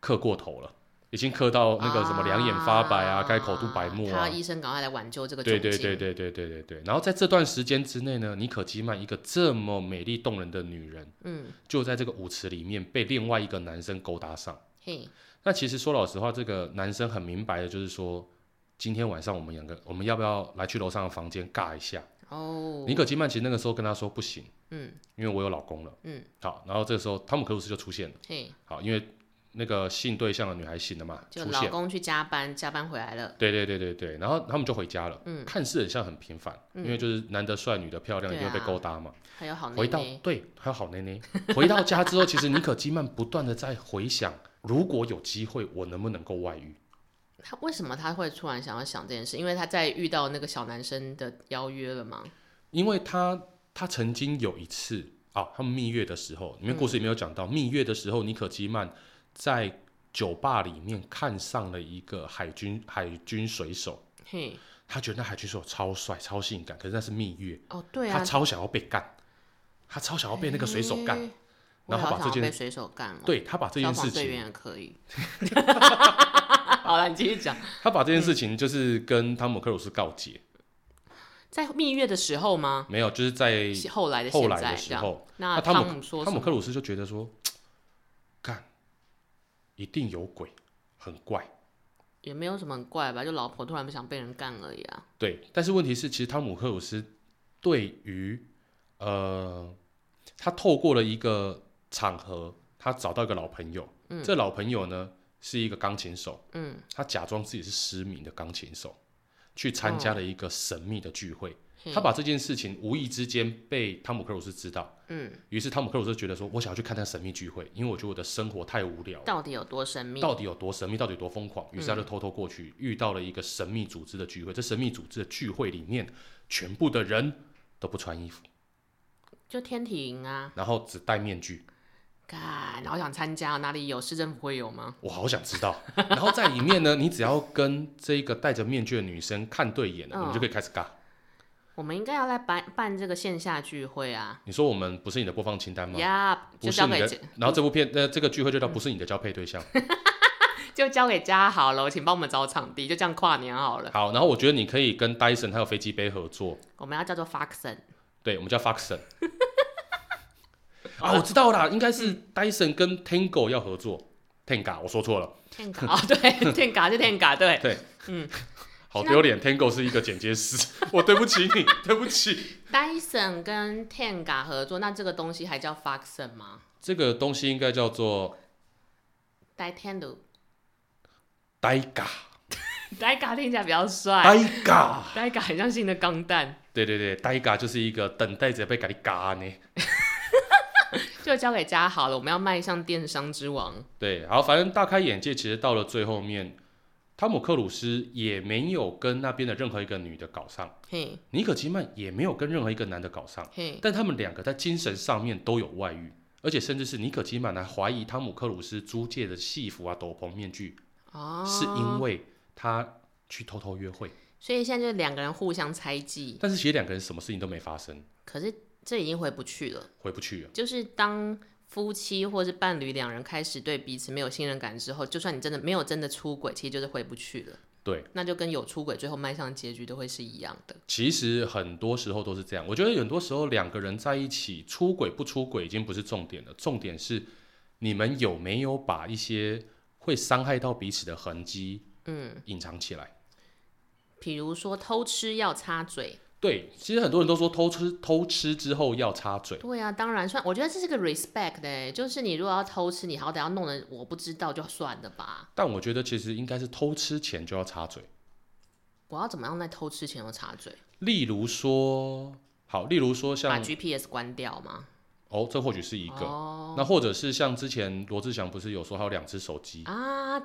S2: 刻过头了，已经刻到哦那个什么两眼发白啊，该口吐白沫
S1: 他。
S2: 啊
S1: 医生赶快来挽救这个
S2: 对
S1: 窘
S2: 对
S1: 境
S2: 对对对对对对，然后在这段时间之内呢，妮可基曼一个这么美丽动人的女人，
S1: 嗯
S2: 就在这个舞池里面被另外一个男生勾搭上。
S1: 嘿
S2: 那其实说老实话，这个男生很明白的，就是说，今天晚上我们两个，我们要不要来去楼上的房间尬一下？
S1: 哦
S2: 尼可基曼其实那个时候跟他说不行，
S1: 嗯
S2: 因为我有老公了。
S1: 嗯，
S2: 好，然后这个时候汤姆克鲁斯就出现了。
S1: 嘿
S2: 好，因为那个性对象的女孩醒了嘛，
S1: 就
S2: 出
S1: 老
S2: 现。
S1: 公去加班加班回来了
S2: 对对对对对，然后他们就回家了。
S1: 嗯
S2: 看似很像很平凡，因为就是男的帅，女的漂亮，一
S1: 对啊
S2: 定会被勾搭嘛。
S1: 还有好
S2: 回
S1: 妹
S2: 到
S1: 妹
S2: 对，还有好奶 奶。回到家之后，其实尼可基曼不断的在回想，如果有机会，我能不能够外遇？
S1: 他为什么他会突然想要想这件事？因为他在遇到那个小男生的邀约了吗？
S2: 因为他他曾经有一次啊，他们蜜月的时候，里面故事里面有讲到，蜜月的时候，尼可基曼在酒吧里面看上了一个海军海军水手，
S1: 嘿，
S2: 他觉得那海军水手超帅、超性感，可是那是蜜月，
S1: 哦，对啊，
S2: 他超想要被干，他超想要被那个水手干，
S1: 嘿，
S2: 然后
S1: 哎我好
S2: 把这
S1: 想要
S2: 件
S1: 被水手干哦，
S2: 对他把这
S1: 消
S2: 件
S1: 防
S2: 事
S1: 队
S2: 情，
S1: 员也可以。 好了，你继续讲。
S2: 他把这件事情就是跟汤姆克鲁斯告解，
S1: 在蜜月的时候吗？
S2: 没有，就是在
S1: 后来的
S2: 后
S1: 现
S2: 来
S1: 在
S2: 的
S1: 这
S2: 时
S1: 样。
S2: 候，
S1: 那
S2: 汤
S1: 姆说什
S2: 汤姆
S1: 么？
S2: 克鲁斯就觉得说，干，一定有鬼，很怪。
S1: 也没有什么很怪吧，就老婆突然不想被人干而已啊。
S2: 对，但是问题是，其实汤姆克鲁斯对于呃，他透过了一个场合，他找到一个老朋友，嗯、这老朋友呢是一个钢琴手，
S1: 嗯，
S2: 他假装自己是失明的钢琴手，去参加了一个神秘的聚会。
S1: 哦
S2: 他把这件事情无意之间被汤姆克鲁斯知道，
S1: 嗯，
S2: 于是汤姆克鲁斯觉得说，我想要去看那神秘聚会，因为我觉得我的生活太无聊了，
S1: 到底有多神秘？嗯
S2: 到底有多神秘，到底有多疯狂。于是他就偷偷过去，遇到了一个神秘组织的聚会。这神秘组织的聚会里面，全部的人都不穿衣服，
S1: 就天体营啊，
S2: 然后只戴面具。
S1: 干，好想参加，哪里有？市政府会有吗？
S2: 我好想知 道。然后在里面呢，你只要跟这个戴着面具的女生看对眼了，
S1: 嗯
S2: 你们就可以开始尬。
S1: 我们应该要来办办这个线下聚会啊。
S2: 你说我们不是你的播放清单吗？
S1: 呀、
S2: 不
S1: 就是交
S2: 你
S1: 给嗯
S2: 的，然后这部片呃这个聚会就叫不是你的交配对象。
S1: 就交给家好了，请帮我们找场地，就这样跨年好了。
S2: 好，然后我觉得你可以跟 Dyson 还有飞机杯合作，
S1: 我们要叫做 Foxon，
S2: 对，我们叫 Foxon。啊，我知道啦，应该
S1: 嗯
S2: 是 Dyson 跟 Tango 要合作。Tenga，我说错了，
S1: 天嘎，哦对，天嘎是天嘎，对，
S2: 对，
S1: 嗯，
S2: 好丢脸。Tango 是一个剪接师，我对不起你，对不起。
S1: Dyson 跟 Tenga 合作，那这个东西还叫 Foxon 吗
S2: 这个东西应该叫做
S1: d i t e n d o
S2: Daiga，Daiga，
S1: d i g a 听起来比较帅 d i g a 很像新的钢弹，
S2: 对对对，Daiga 就是一个等待着被咖喱嘎呢。
S1: 就交给家好了。我们要迈向电商之王，
S2: 对，好，反正大开眼界。其实到了最后面，汤姆克鲁斯也没有跟那边的任何一个女的搞上，
S1: 嘿
S2: 尼可基曼也没有跟任何一个男的搞上。
S1: 嘿，
S2: 但他们两个在精神上面都有外遇，而且甚至是尼可基曼还怀疑汤姆克鲁斯租借的戏服啊、斗篷、面具，
S1: 哦，
S2: 是因，为他去偷偷约会。
S1: 所以现在就是两个人互相猜忌，
S2: 但是其实两个人什么事情都没发生，
S1: 可是这已经回不去了。
S2: 回不去了。
S1: 就是当夫妻或是伴侣两人开始对彼此没有信任感之后，就算你真的没有真的出轨，其实就是回不去了。
S2: 对，
S1: 那就跟有出轨最后迈向结局都会是一样的。
S2: 其实很多时候都是这样。我觉得很多时候两个人在一起，出轨不出轨已经不是重点了，重点是你们有没有把一些会伤害到彼此的痕迹，嗯，隐藏起来。
S1: 比如说偷吃要插嘴，
S2: 对，其实很多人都说偷吃偷吃之后要插嘴。
S1: 对啊，当然算，我觉得这是个 respect 的、欸就是你如果要偷吃，你好歹要弄得我不知道就算了吧。
S2: 但我觉得其实应该是偷吃前就要插嘴，
S1: 我要怎么样在偷吃前要插嘴？
S2: 例如说，好，例如说
S1: 把
S2: 像
S1: GPS 关掉吗？
S2: 哦，这或许是一个，
S1: 哦
S2: 那或者是像之前罗志祥不是有说他有两只手机，
S1: 啊，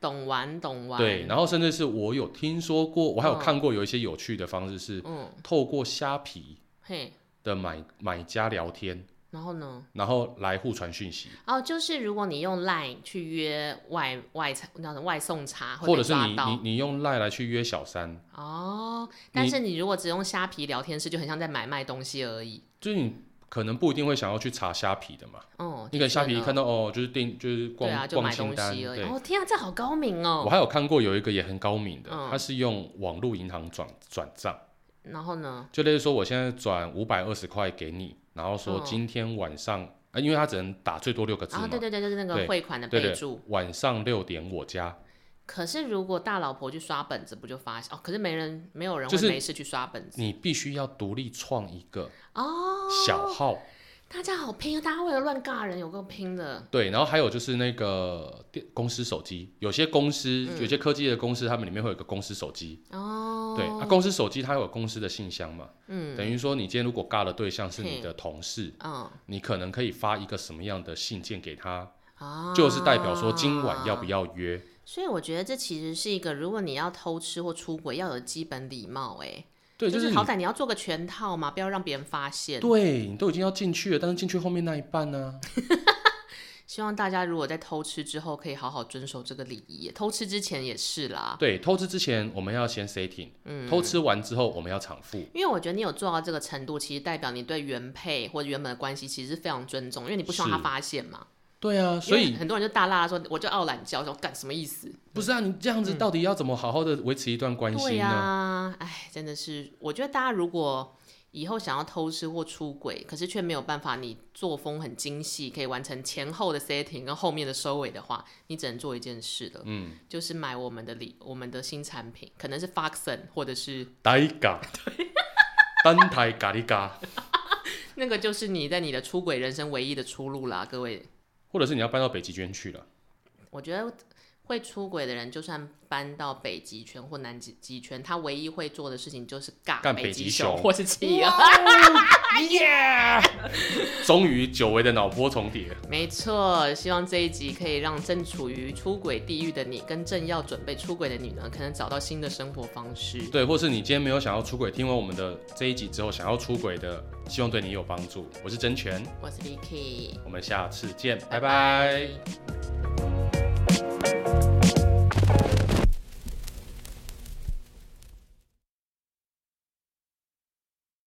S1: 懂玩懂玩。
S2: 对，，然后甚至是我有听说过，我还有
S1: 嗯
S2: 看过有一些有趣的方式是、
S1: 嗯，
S2: 透过虾皮
S1: 嘿，
S2: 的买买家聊天，
S1: 然后呢？
S2: 然后来互传讯息，
S1: 哦，就是如果你用 Line 去约外外餐，那种外送茶，会
S2: 或者
S1: 被
S2: 是
S1: 抓
S2: 你
S1: 到
S2: 你你用赖来去约小三，
S1: 哦。但是你如果只用虾皮聊天室，就很像在买卖东西而已。
S2: 就是你可能不一定会想要去查虾皮的嘛，
S1: 哦，
S2: 你可能虾皮一
S1: 的确呢
S2: 看到哦，就是订就是逛、
S1: 对啊，就
S2: 逛
S1: 买
S2: 清
S1: 东
S2: 单，
S1: 西而已。
S2: 对。
S1: 哦，天啊，这好高明
S2: 我
S1: 哦。
S2: 还有看过有一个也很高明的，
S1: 嗯
S2: 他是用网络银行转转账，
S1: 然后呢？
S2: 就类似说我现在转五百二十块给你，然后说
S1: 嗯
S2: 今天晚上，啊，因为他只能打最多六个字
S1: 啊，
S2: 嘛，
S1: 对对对，就是那个
S2: 对
S1: 汇款的
S2: 对
S1: 备
S2: 对
S1: 注。
S2: 晚上六点我家，
S1: 可是如果大老婆去刷本子，不就发现哦？可是没人，没有人
S2: 就
S1: 会
S2: 是
S1: 没事去刷本子
S2: 你必须要独立创一个
S1: 哦。
S2: 小号，
S1: 大家好拼啊！大家为了乱尬人，有够拼的。
S2: 对，然后还有就是那个电公司手机，有些公司、有些科技的公司，他们里面会有一个公司手机，
S1: 嗯哦，
S2: 对，啊，公司手机它有公司的信箱嘛，
S1: 嗯
S2: 等于说你今天如果尬的对象是你
S1: 嘿
S2: 的同事，
S1: 嗯
S2: 你可能可以发一个什么样的信件给他。
S1: 啊，
S2: 就是代表说今晚要不要约，
S1: 所以我觉得这其实是一个，如果你要偷吃或出轨，要有基本礼貌、哎，
S2: 对，就是是
S1: 好
S2: 你
S1: 歹你要做个全套嘛，不要让别人发现。
S2: 对你都已经要进去了，但是进去后面那一半呢、
S1: 希望大家如果在偷吃之后，可以好好遵守这个礼仪。偷吃之前也是啦，
S2: 对，偷吃之前我们要先 setting，、偷
S1: 嗯
S2: 吃完之后我们要偿付。
S1: 因为我觉得你有做到这个程度，其实代表你对原配或者原本的关系其实是非常尊重，因为你不希望
S2: 是
S1: 他发现嘛。
S2: 对啊，所
S1: 因为
S2: 以
S1: 很多人就大拉拉说，我就傲懒教，说干什么意思？
S2: 不是啊，你这样子到底要怎么好好的维持一段关
S1: 嗯对
S2: 系
S1: 呀、
S2: 呢？
S1: 哎，真的是，我觉得大家如果以后想要偷吃或出轨，可是却没有办法，你作风很精细，可以完成前后的 setting 跟后面的收尾的话，你只能做一件事了，
S2: 嗯，
S1: 就是买我们的礼，我们的新产品，可能是 Foxon 或者是
S2: 呆嘎，单台咖喱嘎，
S1: 那个，就是你在你的出轨人生唯一的出路啦，各位。
S2: 或者是你要搬到北极圈去了。
S1: 我觉得会出轨的人，就算搬到北极圈或南极极圈，他唯一会做的事情就是尬
S2: 干
S1: 北
S2: 北
S1: 极
S2: 极
S1: 熊
S2: 熊
S1: 或是企鹅。哎
S2: 耶！终于久违的脑波重叠，
S1: 没错，希望这一集可以让正处于出轨地狱的你，跟正要准备出轨的你呢，可能找到新的生活方式。
S2: 对，或是你今天没有想要出轨，听完我们的这一集之后想要出轨的，希望对你有帮助。我是真权，
S1: 我是 Vicky，
S2: 我们下次见，拜拜